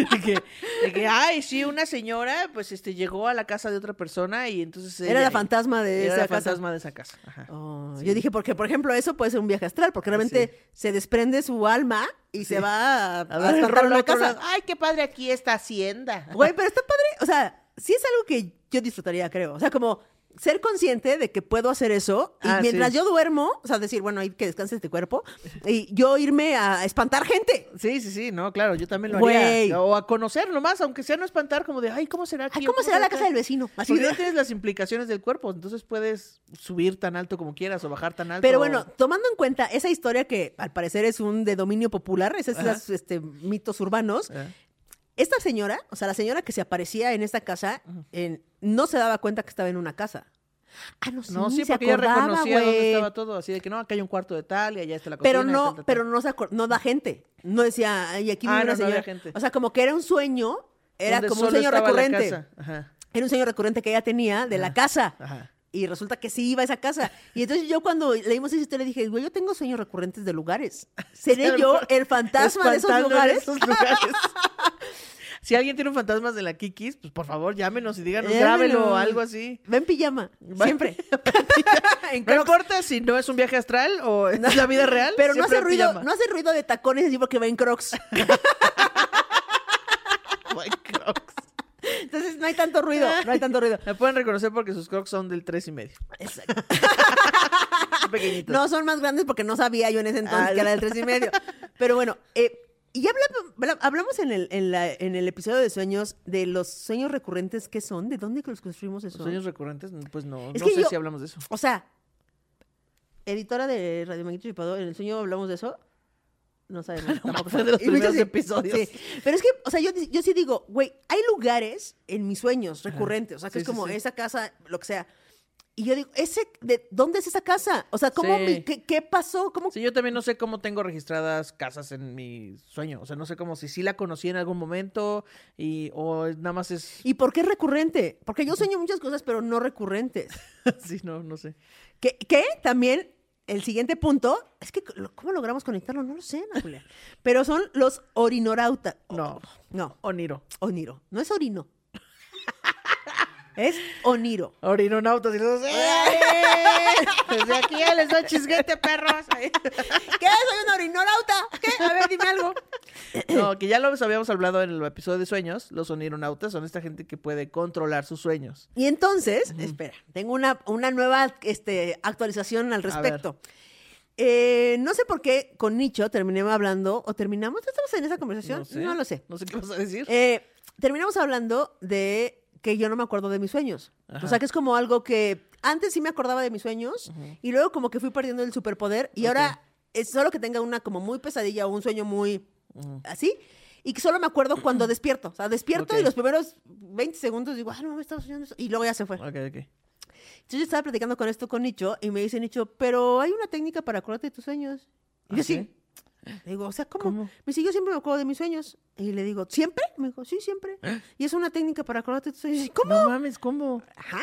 de, que, de que, ay, sí, una señora pues este llegó a la casa de otra persona y entonces... Era ella- la fantasma de Era esa la casa. fantasma de esa casa. Ajá. Oh, Sí. Ah, Yo dije, porque por ejemplo eso puede ser un viaje astral, porque realmente se desprende su alma y se va a, A a ver, espantar Rolo, una otro casa. lado. Ay, qué padre aquí esta hacienda. Güey, pero está padre. O sea, sí es algo que yo disfrutaría, creo. O sea, como ser consciente de que puedo hacer eso y Ah, mientras sí. yo duermo, o sea, decir, bueno, ahí que descanse este cuerpo, y yo irme a espantar gente. Sí, sí, sí, no, claro, yo también lo Güey. haría. O a conocer nomás, aunque sea no espantar, como de, ay, ¿cómo será aquí? Ay, ¿cómo será la casa del vecino? Así Así de- no tienes las implicaciones del cuerpo, entonces puedes subir tan alto como quieras o bajar tan alto. Pero bueno, tomando en cuenta esa historia que al parecer es un de dominio popular, esos Ajá. esos, este, mitos urbanos, Ajá. Esta señora, o sea, la señora que se aparecía en esta casa, en- no se daba cuenta que estaba en una casa. Ah, no, sí, No, sí, se porque ella acordaba, reconocía dónde güey. estaba todo, así de que no, acá hay un cuarto de tal y allá está la cocina. Pero y no, tal, tal, pero tal. no se acor- no da gente. No decía, ay, aquí Ah, vive no, una no señora. había gente. O sea, como que era un sueño, era Donde como un solo sueño estaba la recurrente. casa. Ah. Ajá, Era un sueño recurrente que ella tenía de la Ajá. casa. ajá. Y resulta que sí iba a esa casa. Y entonces yo cuando leímos esa historia dije, güey, yo tengo sueños recurrentes de lugares. *laughs* ¿Seré yo el fantasma de esos Espantando en lugares? esos *laughs* lugares. si alguien tiene un fantasma de la Kikis, pues por favor, llámenos y díganos, Llámenos. grábelo o algo así. Va en pijama, Va- *laughs* siempre. en No Crocs. importa si no es un viaje astral o es la vida real. Pero no siempre hace en ruido, pijama. no hace ruido de tacones así porque va en crocs. *laughs* Ay, crocs. Entonces no hay tanto ruido, no hay tanto ruido. Me pueden reconocer porque sus crocs son del tres y medio. *laughs* Exacto. *laughs* Son pequeñitos. No son más grandes porque no sabía yo en ese entonces que era del tres y medio. Pero bueno, eh, y ya habla- habla- hablamos en el, en, la- en el episodio de sueños de los sueños recurrentes que son, de dónde los construimos ¿Los eso. sueños recurrentes? Pues no, Es no que sé yo- si hablamos de eso. O sea, editora de Radio Magnito Chipado, en el sueño hablamos de eso. No sabemos. *laughs* tampoco fue de los sabemos. Y muchas- primeros episodios. sí. Pero es que, o sea, yo, yo sí digo, güey, hay lugares en mis sueños recurrentes. O sea, que Sí, es sí, como sí. esa casa, lo que sea. Y yo digo, ¿ese, de, ¿dónde es esa casa? O sea, ¿cómo Sí. mi- qué, qué pasó? ¿Cómo? Sí, yo también no sé cómo tengo registradas casas en mi sueño. O sea, no sé cómo si sí la conocí en algún momento y o nada más es... *laughs* ¿Y por qué es recurrente? Porque yo sueño muchas cosas, pero no recurrentes. sí, no, no sé. Que, que también el siguiente punto es que lo- ¿cómo logramos conectarlo? No lo sé, Ana *laughs* Julia. Pero son los orinorautas. No. No, Oniro. oniro. No *laughs* es orino. es oniro. *laughs* Orinonautas y los... Desde aquí ya les doy chisguete, *laughs* perros. ¿Qué? Soy un orinorauta. ¿Qué? A ver, dime algo. *coughs* No, que ya lo habíamos hablado en el episodio de sueños, los onironautas son esta gente que puede controlar sus sueños. Y entonces, espera, tengo una, una nueva este, actualización al respecto. Eh, no sé por qué con Nicho terminé hablando, o terminamos, ¿estamos en esa conversación? No sé. lo sé. No sé qué vas a decir. Eh, terminamos hablando de que yo no me acuerdo de mis sueños. Ajá. O sea, que es como algo que antes sí me acordaba de mis sueños y luego como que fui perdiendo el superpoder y ahora es solo que tenga una como muy pesadilla o un sueño muy así y que solo me acuerdo cuando despierto. O sea, despierto y Ok. los primeros 20 segundos digo, ah, no, me estaba soñando eso", Y luego ya se fue. Ok, ok. Entonces yo estaba platicando con esto con Nicho y me dice Nicho, pero hay una técnica para acordarte de tus sueños. Y yo ¿Ah, sí. Le digo, o sea, ¿cómo? ¿Cómo? Me dice, yo siempre me acuerdo de mis sueños. Y le digo, ¿siempre? Me dijo, sí, siempre. *laughs* Y es una técnica para acordarte de tus sueños. Y yo, ¿Cómo? No mames, ¿cómo? Ajá.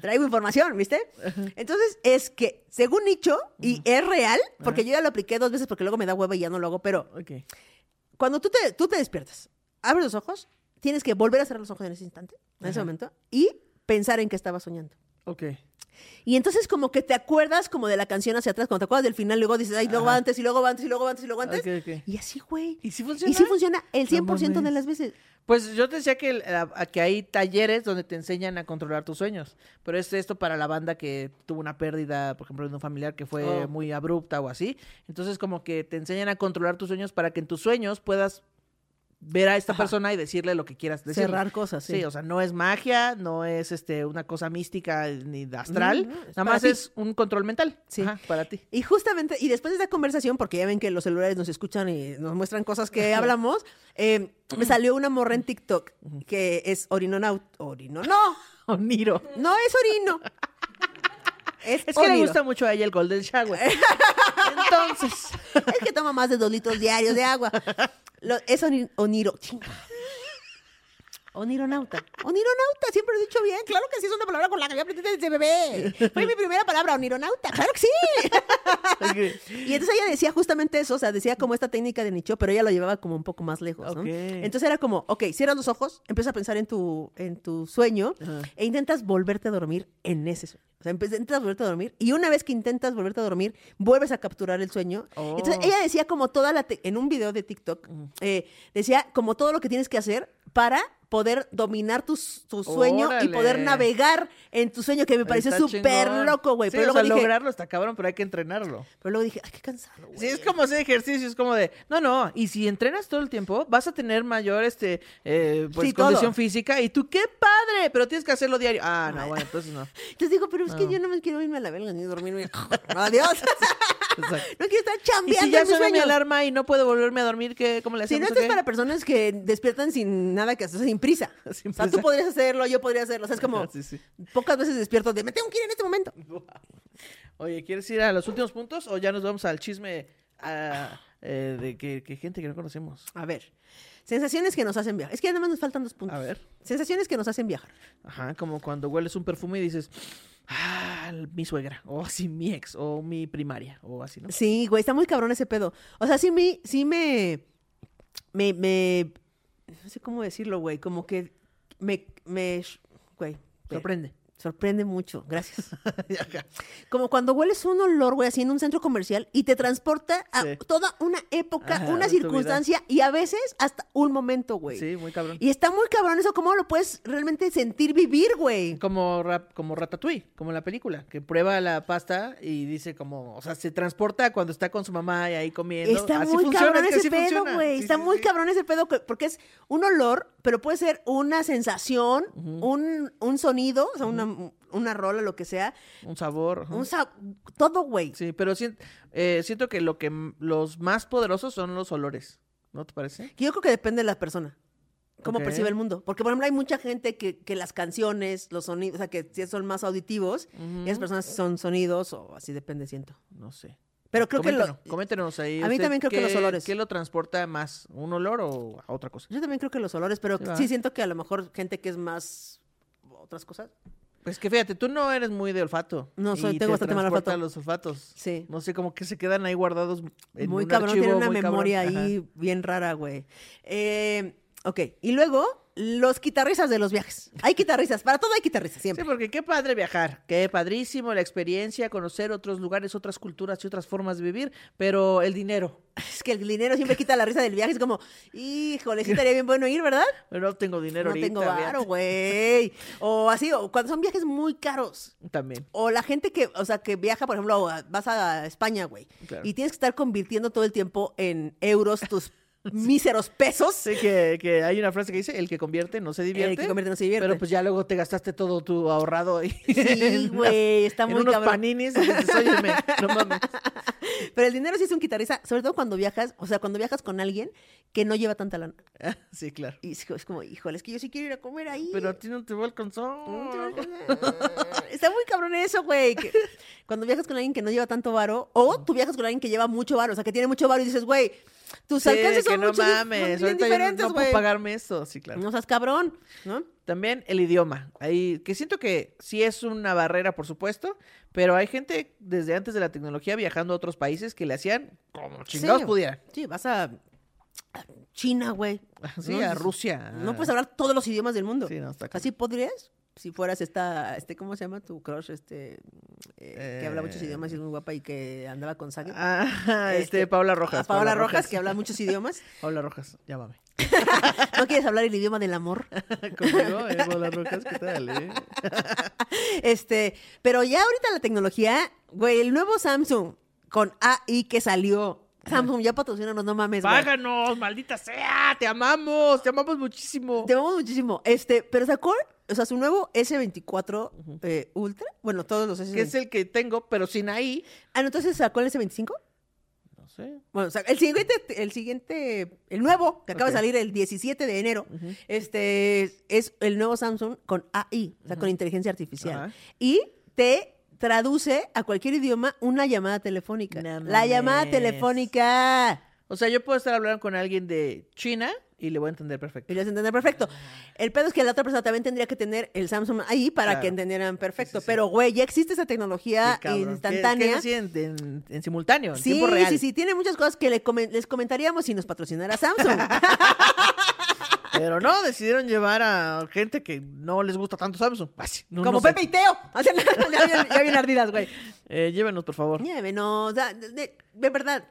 Traigo información, ¿viste? Entonces, es que, según Nicho, y es real, porque yo ya lo apliqué dos veces porque luego me da hueva y ya no lo hago, pero Ok. cuando tú te, tú te despiertas, abres los ojos, tienes que volver a cerrar los ojos en ese instante, en ese Ajá. momento, y pensar en que estabas soñando. Ok. Y entonces como que te acuerdas como de la canción hacia atrás, cuando te acuerdas del final, luego dices, ay, luego Ajá. antes, y luego antes, y luego antes, y luego antes. Ok, ok. Y así, güey. ¿Y si funciona? Y sí funciona el No 100% de mames. las veces. Pues yo te decía que, el- a- a que hay talleres donde te enseñan a controlar tus sueños, pero es esto para la banda que tuvo una pérdida, por ejemplo, de un familiar que fue Oh. muy abrupta o así. Entonces como que te enseñan a controlar tus sueños para que en tus sueños puedas ver a esta Ajá. persona y decirle lo que quieras decir. Cerrar cosas, sí. Sí, o sea, no es magia, no es este una cosa mística ni astral, No, no, es nada para más ti. Mm, es un control mental Sí. Ajá, para ti. Y justamente, y después de esta conversación, porque ya ven que los celulares nos escuchan y nos muestran cosas *laughs* que hablamos, eh, me salió una morra en TikTok que es orinonaut. Orino, Oh. no, Oniro. no es *laughs* orino. Es, Es que le gusta mucho a ella el Golden *laughs* Shower. Entonces, Es que toma más de dos litros diarios de agua. Lo- es oni- oniro. chinga. Onironauta. Onironauta, siempre lo he dicho bien. Claro que sí, es una palabra con la que yo aprendí desde *laughs* bebé. Fue mi primera palabra, onironauta. Claro que sí. Y entonces ella decía justamente eso, o sea, decía como esta técnica de nicho, pero ella lo llevaba como un poco más lejos, ¿no? Ok. Entonces era como, ok, cierras los ojos, empiezas a pensar en tu, en tu sueño Ajá. e intentas volverte a dormir en ese sueño. O sea, empe- intentas volverte a dormir y una vez que intentas volverte a dormir, vuelves a capturar el sueño. Oh. Mm. Entonces ella decía como toda la, te- en un video de TikTok, eh, decía como todo lo que tienes que hacer para poder dominar tu, s- tu sueño y poder Órale. navegar en tu sueño, que me pareció Está súper chingón. loco, güey. Sí, pero, o sea, luego dije- lograrlo está cabrón, pero hay que entrenarlo. pero luego dije, ay, qué cansado, güey. Sí, es como ese ejercicio, es como de, no, no, y si entrenas todo el tiempo, vas a tener mayor, este, eh, pues, Sí, todo. condición física, y tú, qué padre, pero tienes que hacerlo diario. Ah, no, bueno, entonces no. Entonces digo, pero es que No. yo no me quiero irme a la verga ni dormirme. *laughs* Adiós. Exacto. no quiero estar Y chambeando si ya en mis suena mi sueños. alarma y no puedo volverme a dormir, ¿qué, ¿cómo le Si no, hacemos? esto *laughs* es para personas que despiertan sin nada que hacer, sin prisa. Sin o sea, tú prisa. podrías hacerlo, yo podría hacerlo. O *laughs* sea, es como pues, Sí, sí. pocas veces despierto de me tengo que ir en este momento. Oye, ¿quieres ir a los últimos puntos o ya nos vamos al chisme ah, eh, de que, que gente que no conocemos? A ver. Sensaciones que nos hacen viajar. Es que nada más nos faltan dos puntos. A ver. Sensaciones que nos hacen viajar. Ajá, como cuando hueles un perfume y dices, ah, mi suegra, o así mi ex, o mi primaria, o así, *laughs* ¿no? Sí, güey, está muy cabrón ese pedo. O sea, sí me, sí me, me, me- no sé cómo decirlo, güey, como que me, me, güey, Sorprende. sorprende mucho, gracias. Como cuando hueles un olor, güey, así en un centro comercial y te transporta a Sí. toda una época, Ajá, una de tu circunstancia y a veces hasta un momento, güey. Sí, muy cabrón. Y está muy cabrón eso, ¿cómo lo puedes realmente sentir vivir, güey? Como, rap, como Ratatouille, como en la película, que prueba la pasta y dice como, o sea, se transporta cuando está con su mamá y ahí comiendo. Está Así muy funciona, cabrón es que ese así pedo, funciona. güey. Sí, Está sí, muy sí. cabrón ese pedo, que- porque es un olor, pero puede ser una sensación, un, un sonido, o sea, una, una rola, lo que sea. Un sabor. ajá. Un sa- todo, güey. Sí, pero sien- eh, siento que lo que m- los más poderosos son los olores, ¿no te parece? Que Yo creo que depende de la persona. Cómo Ok. percibe el mundo. Porque, por ejemplo, hay mucha gente que, que las canciones, los sonidos, o sea, que sí son más auditivos, y esas Ujú. personas son sonidos o así depende, siento. No sé. Pero creo que coméntenos, lo- coméntenos ahí. A mí usted, también creo que los ¿qué- olores. ¿Qué lo transporta más? ¿Un olor o a otra cosa? Yo también creo que los olores, pero Sí, sí, va. siento que a lo mejor gente que es más otras cosas. Pues que fíjate, tú no eres muy de olfato. No, soy- y tengo te bastante mal transporta olfato. los olfatos. Sí. No sé, como que se quedan ahí guardados en muy un cabrón, archivo tiene una muy cabrón. memoria Ajá. ahí bien rara, güey. Eh, ok, y luego los guitarristas de los viajes. Hay guitarristas, para todo hay guitarristas, Sí, siempre. porque qué padre viajar, qué padrísimo la experiencia, conocer otros lugares, otras culturas y otras formas de vivir, pero el dinero, Es que el dinero siempre quita la risa del viaje, es como, *laughs* híjole, sí estaría bien bueno ir, ¿verdad? pero no tengo dinero no ahorita. tengo varo, fíjate. güey. *laughs* O así, o cuando son viajes muy caros. También. O la gente que, o sea, que viaja, por ejemplo, a- vas a España, güey. Claro. Y tienes que estar convirtiendo todo el tiempo en euros *laughs* tus míseros pesos. Eh, Sé que, que hay una frase que dice, el que convierte no se divierte. que convierte no se divierte. Pero pues ya luego te gastaste todo tu ahorrado ahí. Sí, güey, *laughs* está en muy unos cabrón. paninis. y dices, "Óyeme, *laughs* no mames". Pero el dinero sí es un guitarrista, sobre todo cuando viajas, o sea, cuando viajas con alguien que no lleva tanta lana. Sí, claro. Y es es como, híjole, es que yo sí quiero ir a comer ahí. Pero a ti no te va a Mm, te voy a alcanzar. comer. *laughs* Está muy cabrón eso, güey. que Cuando viajas con alguien que no lleva tanto varo, o tú viajas con alguien que lleva mucho varo, o sea, que tiene mucho varo y dices, güey, tus Sí, alcances que son no mucho dif- mames. bien Ahorita yo no- diferentes, no puedo güey. pagarme esto. Sí, claro. No seas cabrón, ¿no? También el idioma. Ahí, que siento que sí es una barrera, por supuesto, pero hay gente desde antes de la tecnología viajando a otros países que le hacían como chingados Sí. pudieran. Ah, Sí, vas a a China, güey. Sí, No, a sí, Rusia. No puedes hablar todos los idiomas del mundo. Ah. Sí, no, está cabrón. Así podrías, si fueras esta, este, ¿cómo se llama tu crush? Este, eh, que habla muchos Eh. idiomas y es muy guapa y que andaba con Sage. Ah, este, Este, Paula Rojas. A Paola Rojas, que habla muchos idiomas. Paula Rojas, *laughs* llámame. ¿No quieres hablar el idioma del amor? Conmigo, eh, Paula Rojas, ¿qué tal? eh? Este, pero ya ahorita la tecnología, güey, el nuevo Samsung con AI que salió. Samsung, ya patrocínanos, no mames, güey. Páganos, maldita sea. Ah, te amamos, te amamos muchísimo. Te amamos muchísimo. Este, pero sacó, o sea, su nuevo S24 eh, Ultra. Bueno, todos los S24. Que es el que tengo, pero sin ahí. Ah, no, entonces sacó el S25. No sé. Bueno, o sea, el siguiente, el siguiente, el nuevo, que acaba Ok. de salir el 17 de enero, este es el nuevo Samsung con AI, o sea, con inteligencia artificial. Ajá. Y te traduce a cualquier idioma una llamada telefónica. No La llamada mames. telefónica. O sea, yo puedo estar hablando con alguien de China y le voy a entender perfecto. Y lo vas a entender perfecto. El pedo es que la otra persona también tendría que tener el Samsung ahí para Claro. que entendieran perfecto. Sí, sí, sí. Pero, güey, ya existe esa tecnología Qué cabrón. instantánea. Que- que es así en, en- en simultáneo, en Sí, tiempo real. sí, sí, tiene muchas cosas que le comen- les comentaríamos si nos *laughs* patrocinara Samsung. Pero no, decidieron llevar a gente que no les gusta tanto Samsung. Ah, sí, no, Como no sé. Pepe y Teo. *laughs* Así, ya, bien, ya bien ardidas, güey. Eh, llévenos, por favor. Llévenos. da- De, de- de verdad.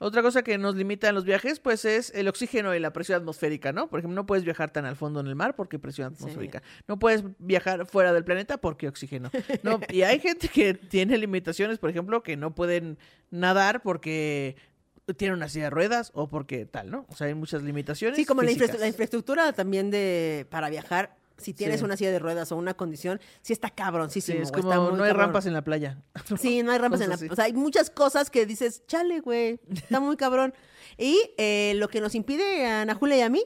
Otra cosa que nos limita en los viajes, pues es el oxígeno y la presión atmosférica, ¿no? Por ejemplo, no puedes viajar tan al fondo en el mar porque presión atmosférica. No puedes viajar fuera del planeta porque oxígeno. No, y *laughs* hay gente que tiene limitaciones, por ejemplo, que no pueden nadar porque tienen una silla de ruedas o porque tal, ¿no? O sea, hay muchas limitaciones. Sí, como la, infra- físicas. la infraestructura también de para viajar. Si tienes Sí. una silla de ruedas o una condición, sí está Sí, cabroncísimo. es güey, como está muy no hay cabrón. rampas en la playa. *laughs* Sí, no hay rampas en la... Cosas así. O sea, hay muchas cosas que dices, chale, güey, está muy cabrón. Y eh, lo que nos impide a Ana Julia y a mí,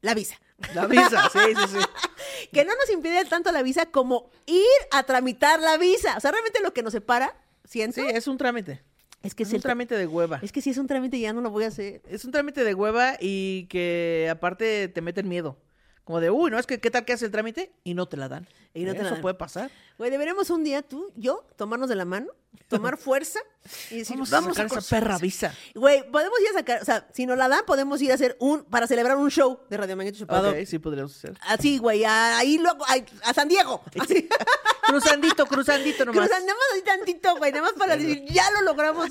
la visa. La visa, sí, sí, sí. Que no nos impide tanto la visa como ir a tramitar la visa. O sea, realmente lo que nos separa, siento, Sí, es un trámite. es que es es, un el... trámite de hueva. Es que si es un trámite ya no lo voy a hacer. Es un trámite de hueva y que aparte te meten miedo. Como de, uy, no, es que qué tal que hace el trámite y no te la dan. Y no te la Eso dan. puede pasar. Güey, deberemos un día tú, yo, tomarnos de la mano, tomar fuerza y decir, Vamos, vamos, a sacar esa conseguir- perra visa. Güey, podemos ir a sacar, o sea, si nos la dan, podemos ir a hacer un, para celebrar un show de Radio Magneto Chupado. Ok, sí podríamos hacer. Así, güey, a- ahí luego, a, a San Diego. Así. cruzandito, cruzandito nomás. Cruzan, nada más así tantito, güey, nada más para decir, ya lo logramos.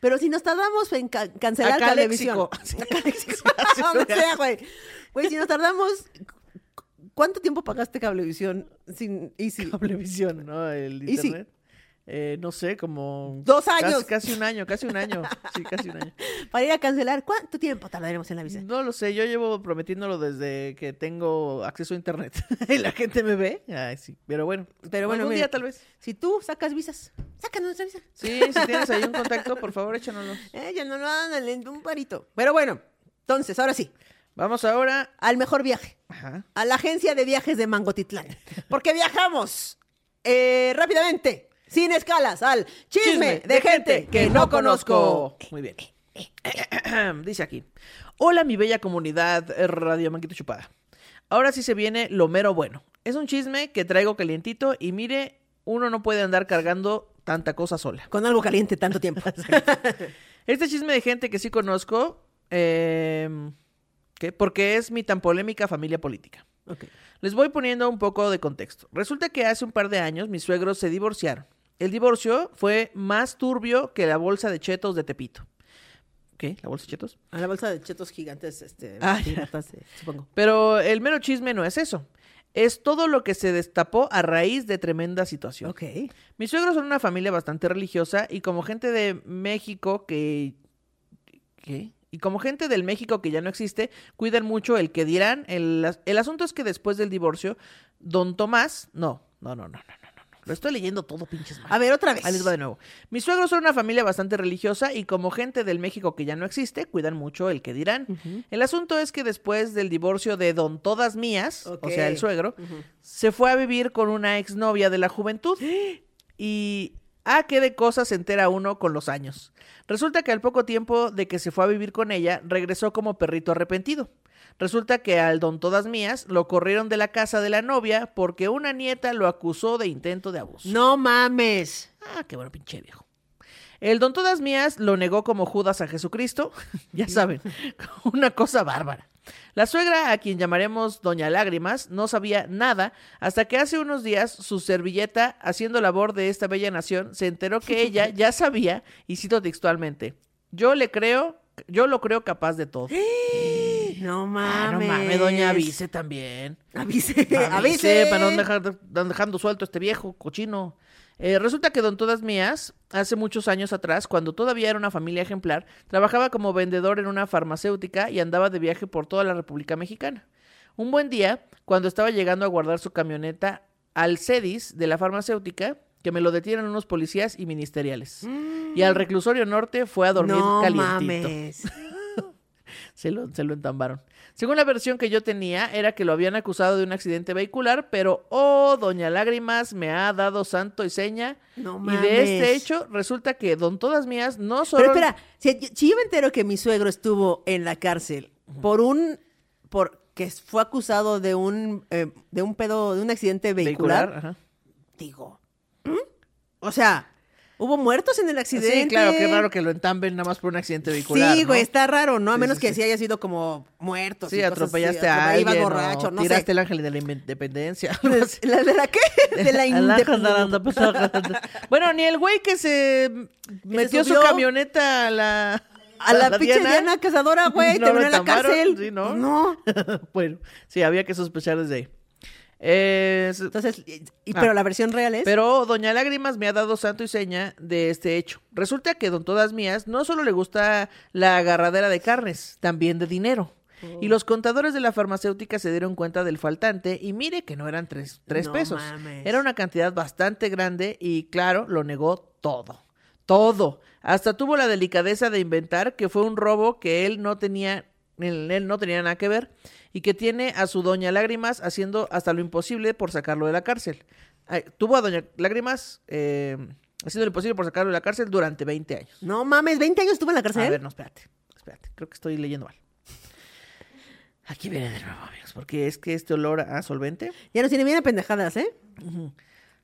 Pero si nos tardamos en ca- cancelar Acá Cablevisión. Léxico. Acá *laughs* Léxico. *laughs* Donde sea, güey. Güey, si nos tardamos, ¿cuánto tiempo pagaste Cablevisión sin Easy? Cablevisión, ¿no? El Y sí. internet. Eh, no sé, como... Dos casi- años. Casi, un año, casi un año. Sí, casi un *laughs* año. Para ir a cancelar, ¿cuánto tiempo tardaremos en la visa? No lo sé, yo llevo prometiéndolo desde que tengo acceso a internet. *laughs* y la gente me ve. Ay, sí. Pero bueno. Pero bueno, Algún mira. día tal vez. Si tú sacas visas, sácanos nuestra visa. Sí, si tienes ahí un contacto, por favor, échanoslo. Eh, ya no lo dan en un parito. Pero bueno, entonces, ahora sí, Vamos ahora al mejor viaje. Ajá. a la agencia de viajes de Mangotitlán. Porque viajamos eh, rápidamente, sin escalas, al chisme, de, gente, que no conozco. Muy bien. *clears throat* Dice aquí. Hola, mi bella comunidad eh, Radio Manquito Chupada. Ahora sí se viene lo mero bueno. Es un chisme que traigo calientito y mire, uno no puede andar cargando tanta cosa sola. Con algo caliente tanto tiempo. *laughs* Este chisme de gente que sí conozco, eh, ¿qué? porque es mi tan polémica familia política. Ok. Les voy poniendo un poco de contexto. Resulta que hace un par de años mis suegros se divorciaron. El divorcio fue más turbio que la bolsa de chetos de Tepito. ¿Qué? ¿La bolsa de chetos? A la bolsa de chetos gigantes, este, Ah, ya. piratas, eh, supongo. Pero el mero chisme no es eso. Es todo lo que se destapó a raíz de tremenda situación. Ok. Mis suegros son una familia bastante religiosa y como gente de México que... ¿Qué? Y como gente del México que ya no existe, cuidan mucho el que dirán. El, as- el asunto es que después del divorcio, don Tomás... No, no, no, no, no, no, no. no. Lo estoy leyendo todo, pinches mal. A ver, otra vez. Ahí les va de nuevo. Mis suegros son una familia bastante religiosa y como gente del México que ya no existe, cuidan mucho el que dirán. Mm. El asunto es que después del divorcio de don Todas Mías, Ok. o sea, el suegro, se fue a vivir con una exnovia de la juventud. Y Ah, qué de cosas se entera uno con los años. Resulta que al poco tiempo de que se fue a vivir con ella, regresó como perrito arrepentido. Resulta que al don Todas Mías lo corrieron de la casa de la novia porque una nieta lo acusó de intento de abuso. No mames. Ah, qué bueno, pinche viejo. El don Todas Mías lo negó como Judas a Jesucristo. *laughs* ya saben, una cosa bárbara. La suegra, a quien llamaremos Doña Lágrimas, no sabía nada hasta que hace unos días su servilleta, haciendo labor de esta bella nación, se enteró que ella ya sabía, y cito textualmente, yo le creo, yo lo creo capaz de todo. No mames. Ah, no mames, Doña Avise también. Avise. Avise, Avise. para no dejar dan dejando suelto a este viejo cochino. Eh, resulta que Don Todas Mías, hace muchos años atrás, cuando todavía era una familia ejemplar, trabajaba como vendedor en una farmacéutica y andaba de viaje por toda la República Mexicana. Un buen día, cuando estaba llegando a guardar su camioneta al CEDIS de la farmacéutica, que me lo detienen unos policías y ministeriales. Y al reclusorio norte fue a dormir Mm. no calientito. mames. Se lo, se lo entambaron. Según la versión que yo tenía, era que lo habían acusado de un accidente vehicular, pero oh, Doña Lágrimas me ha dado santo y seña. No y mames. de este hecho, resulta que Don Todas Mías no solo. Pero espera, si, si yo me entero que mi suegro estuvo en la cárcel por un. por que fue acusado de un. eh, de un pedo. de un accidente vehicular. ajá. Digo. ¿m? O sea, hubo muertos en el accidente. Sí, claro, qué raro que lo entamben nada más por un accidente vehicular. Sí, güey, ¿no? está raro, ¿no? A Sí, menos sí, que sí. sí. haya sido como muertos. Sí, y cosas así, atropellaste a atropellado, alguien. Iba o borracho, no tiraste sé. el ángel de la independencia. algo así. ¿La, de *laughs* la qué? De la Al ángel de la independencia. independencia. bueno, ni el güey que se metió su subió camioneta a la. A la pinche Diana. Diana Cazadora, güey, No *laughs* terminó lo en la entamparon, cárcel. sí, ¿no? No. *laughs* bueno, sí, había que sospechar desde ahí. Eh, s- Entonces, y- y- Ah. pero la versión real es. pero Doña Lágrimas me ha dado santo y seña de este hecho. Resulta que Don Todas Mías no solo le gusta la agarradera de carnes, también de dinero. Y los contadores de la farmacéutica se dieron cuenta del faltante y mire que no eran tres, tres No pesos. mames. Era una cantidad bastante grande y claro, lo negó todo. Todo. Hasta tuvo la delicadeza de inventar que fue un robo que él no tenía, él, él no tenía nada que ver y que tiene a su doña Lágrimas haciendo hasta lo imposible por sacarlo de la cárcel. Ay, tuvo a doña Lágrimas eh, haciendo lo imposible por sacarlo de la cárcel durante 20 años. No mames, 20 años estuvo en la cárcel. oh. ¿eh? A ver, no, espérate. Espérate, creo que estoy leyendo mal. Aquí viene de nuevo, amigos, porque es que este olor a solvente. Ya nos tiene bien apendejadas, ¿eh?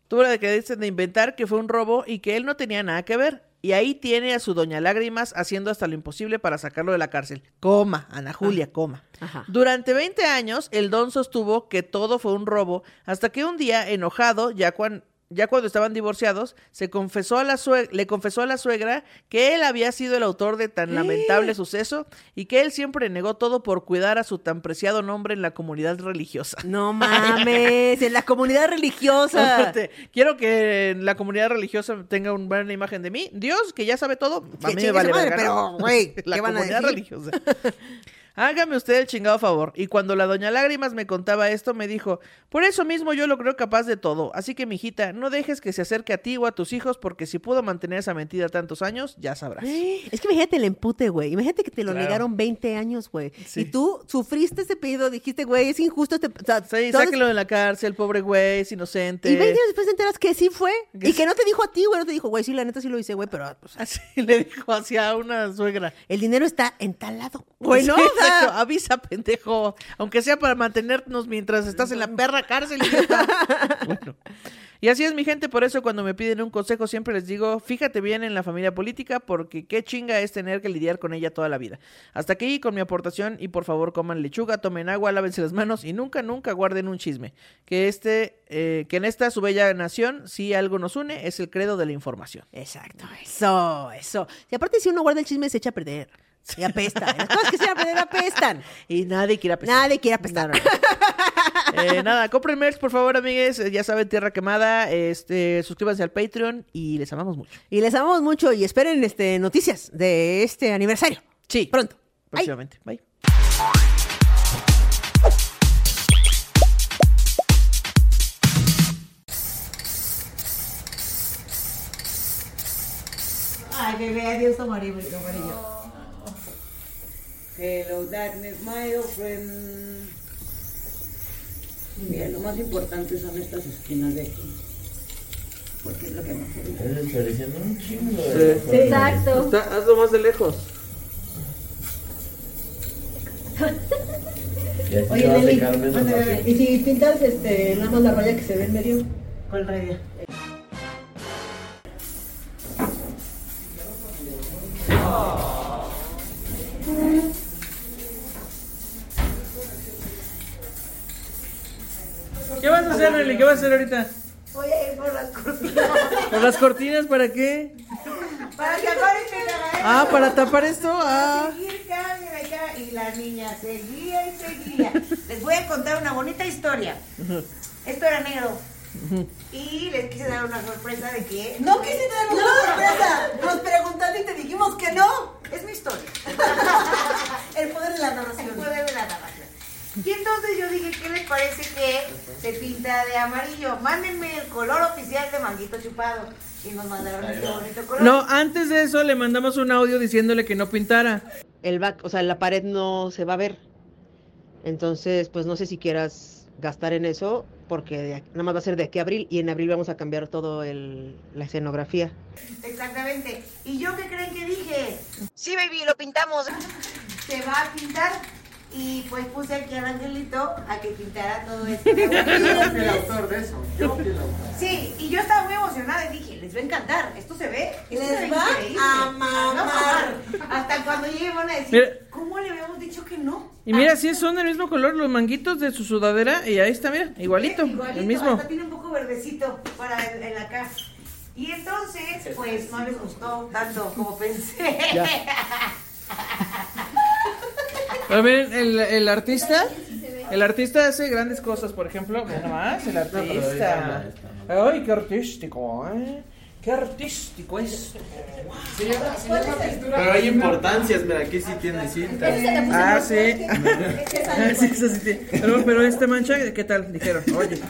Tuvo la decadencia de inventar que fue un robo y que él no tenía nada que ver. Y ahí tiene a su doña Lágrimas haciendo hasta lo imposible para sacarlo de la cárcel. Coma, Ana Julia, coma. Ajá. Durante 20 años, el don sostuvo que todo fue un robo, hasta que un día, enojado, ya, cuan- ya cuando estaban divorciados, se confesó a la sue- le confesó a la suegra que él había sido el autor de tan lamentable suceso y que él siempre negó todo por cuidar a su tan preciado nombre en la comunidad *laughs* religiosa. *laughs* No mames, en la comunidad religiosa. Aparte, quiero que la comunidad religiosa tenga una buena imagen de mí. Dios, que ya sabe todo, Que a mí me chingue vale su madre, verga, pero, ¿no? *laughs* güey, La ¿qué van a comunidad decir? religiosa. *laughs* Hágame usted el chingado favor. Y cuando la doña Lágrimas me contaba esto, me dijo, por eso mismo yo lo creo capaz de todo. Así que, mijita, no dejes que se acerque a ti o a tus hijos, porque si pudo mantener esa mentira tantos años, ya sabrás. Es que imagínate el empute, güey. Imagínate que te lo Claro. negaron 20 años, güey. Sí. Y tú sufriste ese pedido, dijiste, güey, es injusto este. O sea, Sí, todos- sáquenlo de la cárcel, pobre güey, es inocente. Y 20 años después te enteras que sí fue. Que Y sí. que no te dijo a ti, güey. No te dijo, güey, sí, la neta sí lo hice, güey, pero pues, *laughs* Así le dijo hacia una suegra. el dinero está en tal lado. Güey, no, Pues Sí, *laughs* O sea, exacto, avisa, pendejo. Aunque sea para mantenernos mientras estás en la perra cárcel. idiota. *laughs* bueno. Y así es, mi gente. Por eso, cuando me piden un consejo, siempre les digo: fíjate bien en la familia política, porque qué chinga es tener que lidiar con ella toda la vida. Hasta aquí con mi aportación. Y por favor, coman lechuga, tomen agua, lávense las manos y nunca, nunca guarden un chisme. Que, este, eh, que en esta su bella nación, si algo nos une, es el credo de la información. Exacto, eso, eso. Y aparte, si uno guarda el chisme, se echa a perder. Y apesta. Las cosas que se echan a perder apestan. Y nadie quiere apestar. Nadie quiere apestar. Eh, nada, compren merch, por favor, amigues. Eh, Ya saben, Tierra Quemada. Este, suscríbanse al Patreon y les amamos mucho. Y les amamos mucho y esperen este, noticias de este aniversario. Sí. Pronto. Ay. Próximamente. Bye. Ay, bebé, adiós, amarillo. Hello, darkness, my old friend. Mira, lo más importante son estas esquinas de aquí. Porque es lo que me ocurrió. Estás desperdiciando un chingo de Sí. cosas. Exacto. Está- hazlo más de lejos. Y aquí Oye, te vas Leli, de Carmen, mándame, ¿no? y si pintas este, nada más la raya que se ve en medio con raya. ¿Qué vas a hacer, Nelly? ¿Qué vas a hacer ahorita? Voy a ir por las cortinas. ¿Por las cortinas para qué? Para que aparezca la Ah, para tapar esto. Ah. seguir cambia acá y la niña seguía y seguía. Les voy a contar una bonita historia. Esto era negro. Y les quise dar una sorpresa de que... No quise dar una sorpresa. *laughs* Nos preguntaste y te dijimos que no. Es mi historia. *laughs* El poder de la narración. El poder de la narración. Y entonces yo dije, ¿qué les parece que se pinta de amarillo? Mándenme el color oficial de manguito chupado. Y nos mandaron este bonito color. No, antes de eso le mandamos un audio diciéndole que no pintara. el back, o sea, la pared no se va a ver. Entonces, pues no sé si quieras gastar en eso, porque de aquí- nada más va a ser de aquí a abril y en abril vamos a cambiar todo el, la escenografía. Exactamente. ¿Y yo qué creen que dije? Sí, baby, lo pintamos. se va a pintar. Y pues puse aquí al angelito a que pintara todo esto. el autor de eso. Sí, y yo estaba muy emocionada y dije, les va a encantar, esto se ve. esto se Les ve va increíble". a mamar. No, mamar. Hasta cuando lleguen van a decir, Mira. ¿cómo le habíamos dicho que no? Y mira, sí son del mismo color los manguitos de su sudadera. Y ahí está, mira, igualito, el mismo. Hasta tiene un poco verdecito para el, el acá. Y entonces, pues no les gustó tanto como pensé. Pero miren, *laughs* el, el artista, el artista hace grandes cosas, por ejemplo, mira nomás, el artista. Ay, qué artístico, ¿eh? Qué artístico es. Pero hay importancias, mira, aquí sí tiene cinta. *laughs* Ah, sí. Sí, eso sí tiene. Pero, pero esta mancha, ¿qué este tal? Dijeron, oye,